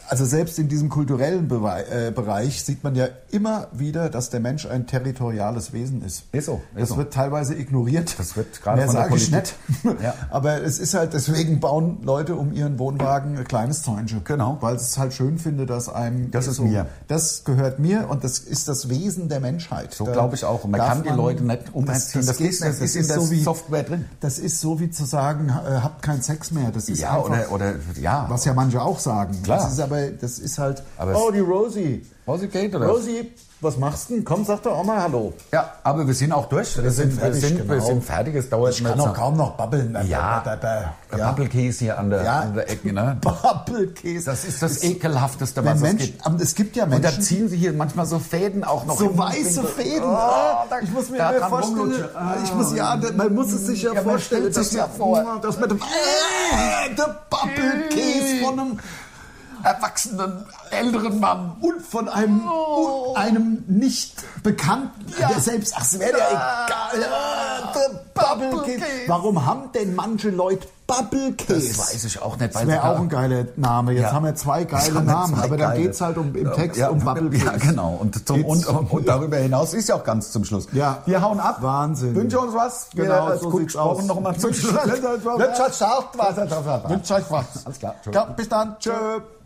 Speaker 3: Also selbst in diesem kulturellen Bewei- äh, Bereich sieht man ja immer wieder, dass der Mensch ein territoriales Wesen ist.
Speaker 4: Ist so, ist
Speaker 3: das
Speaker 4: so.
Speaker 3: wird teilweise ignoriert.
Speaker 4: Das wird gerade
Speaker 3: Mehr
Speaker 4: von der
Speaker 3: sage ich nicht.
Speaker 4: Politik- Ja.
Speaker 3: [laughs] Aber es ist halt, deswegen bauen Leute um ihren Wohnwagen ein kleines Zäunchen.
Speaker 4: Genau.
Speaker 3: Weil sie es halt schön finde, dass einem...
Speaker 4: Das ist mir.
Speaker 3: Das gehört mir und das ist das Wesen der Menschheit.
Speaker 4: So glaube ich auch. Und man
Speaker 3: darf
Speaker 4: kann die Leute nicht umerziehen.
Speaker 3: Das, das, geht, nicht.
Speaker 4: das ist in der
Speaker 3: so wie,
Speaker 4: Software drin.
Speaker 3: Das ist so wie zu sagen, äh, habt keinen Sex mehr. Das ist
Speaker 4: Ja,
Speaker 3: einfach,
Speaker 4: oder, oder ja.
Speaker 3: was ja manche auch sagen.
Speaker 4: Klar.
Speaker 3: Das ist aber aber das ist halt.
Speaker 4: Aber
Speaker 3: oh,
Speaker 4: es-
Speaker 3: die Rosie.
Speaker 4: Rosie Kate oder? was?
Speaker 3: Rosie, was machst du denn? Komm, sag doch auch mal Hallo.
Speaker 4: Ja, aber wir sind auch durch. Wir,
Speaker 3: sind
Speaker 4: sind,
Speaker 3: fertig,
Speaker 4: wir, sind, wir
Speaker 3: genau.
Speaker 4: sind fertig. Es dauert
Speaker 3: Ich kann auch
Speaker 4: noch.
Speaker 3: kaum noch babbeln. Äh,
Speaker 4: Ja.
Speaker 3: Da, da, da.
Speaker 4: Der
Speaker 3: ja.
Speaker 4: Bubblekäse hier an der,
Speaker 3: Ja.
Speaker 4: an der Ecke, ne?
Speaker 3: Babbelkäse.
Speaker 4: Das ist das ekelhafteste,
Speaker 3: Wenn
Speaker 4: was es
Speaker 3: Menschen,
Speaker 4: gibt.
Speaker 3: aber es gibt ja
Speaker 4: Und da
Speaker 3: Menschen,
Speaker 4: ziehen sie hier manchmal so Fäden auch noch.
Speaker 3: so
Speaker 4: im
Speaker 3: weiße
Speaker 4: Mundwinkel.
Speaker 3: Fäden.
Speaker 4: Oh,
Speaker 3: Ah,
Speaker 4: da-
Speaker 3: ich muss mir
Speaker 4: da
Speaker 3: immer
Speaker 4: dran
Speaker 3: vorstellen, äh,
Speaker 4: rumlutschen. Ah.
Speaker 3: ich muss ja, man muss es sich ja,
Speaker 4: Ja, man
Speaker 3: vorstellen,
Speaker 4: stellt sich
Speaker 3: dass
Speaker 4: ja
Speaker 3: man-
Speaker 4: vor.
Speaker 3: dass mit dem äh, der Babbelkäse von einem
Speaker 4: Äh. erwachsenen, älteren Mann.
Speaker 3: und von einem und einem nicht bekannten der selbst ach es wäre der egal Ah, der Bubblekäse.
Speaker 4: Bubblekäse.
Speaker 3: warum haben denn manche Leute Bubblekäse
Speaker 4: Das weiß ich auch nicht.
Speaker 3: das wäre auch ein geiler Name. Jetzt
Speaker 4: Ja.
Speaker 3: haben wir zwei
Speaker 4: Jetzt
Speaker 3: geile
Speaker 4: haben wir
Speaker 3: Namen,
Speaker 4: zwei
Speaker 3: aber dann
Speaker 4: geile.
Speaker 3: geht es halt um, im Text
Speaker 4: ja,
Speaker 3: um Bubblekäse.
Speaker 4: [laughs] Ja, genau. Und, zum, und,
Speaker 3: Geht's- um
Speaker 4: und darüber hinaus ist ja auch ganz zum Schluss.
Speaker 3: Ja.
Speaker 4: Wir hauen ab.
Speaker 3: Wahnsinn.
Speaker 4: Wünsche uns was. Wir
Speaker 3: Genau,
Speaker 4: äh,
Speaker 3: so
Speaker 4: gut
Speaker 3: sieht's
Speaker 4: gesprochen
Speaker 3: aus.
Speaker 4: nochmal zum Schluss.
Speaker 3: Wünsche uns was.
Speaker 4: Wünsche uns was.
Speaker 3: Wünsche euch was.
Speaker 4: Alles klar.
Speaker 3: Ja, bis dann. Tschö.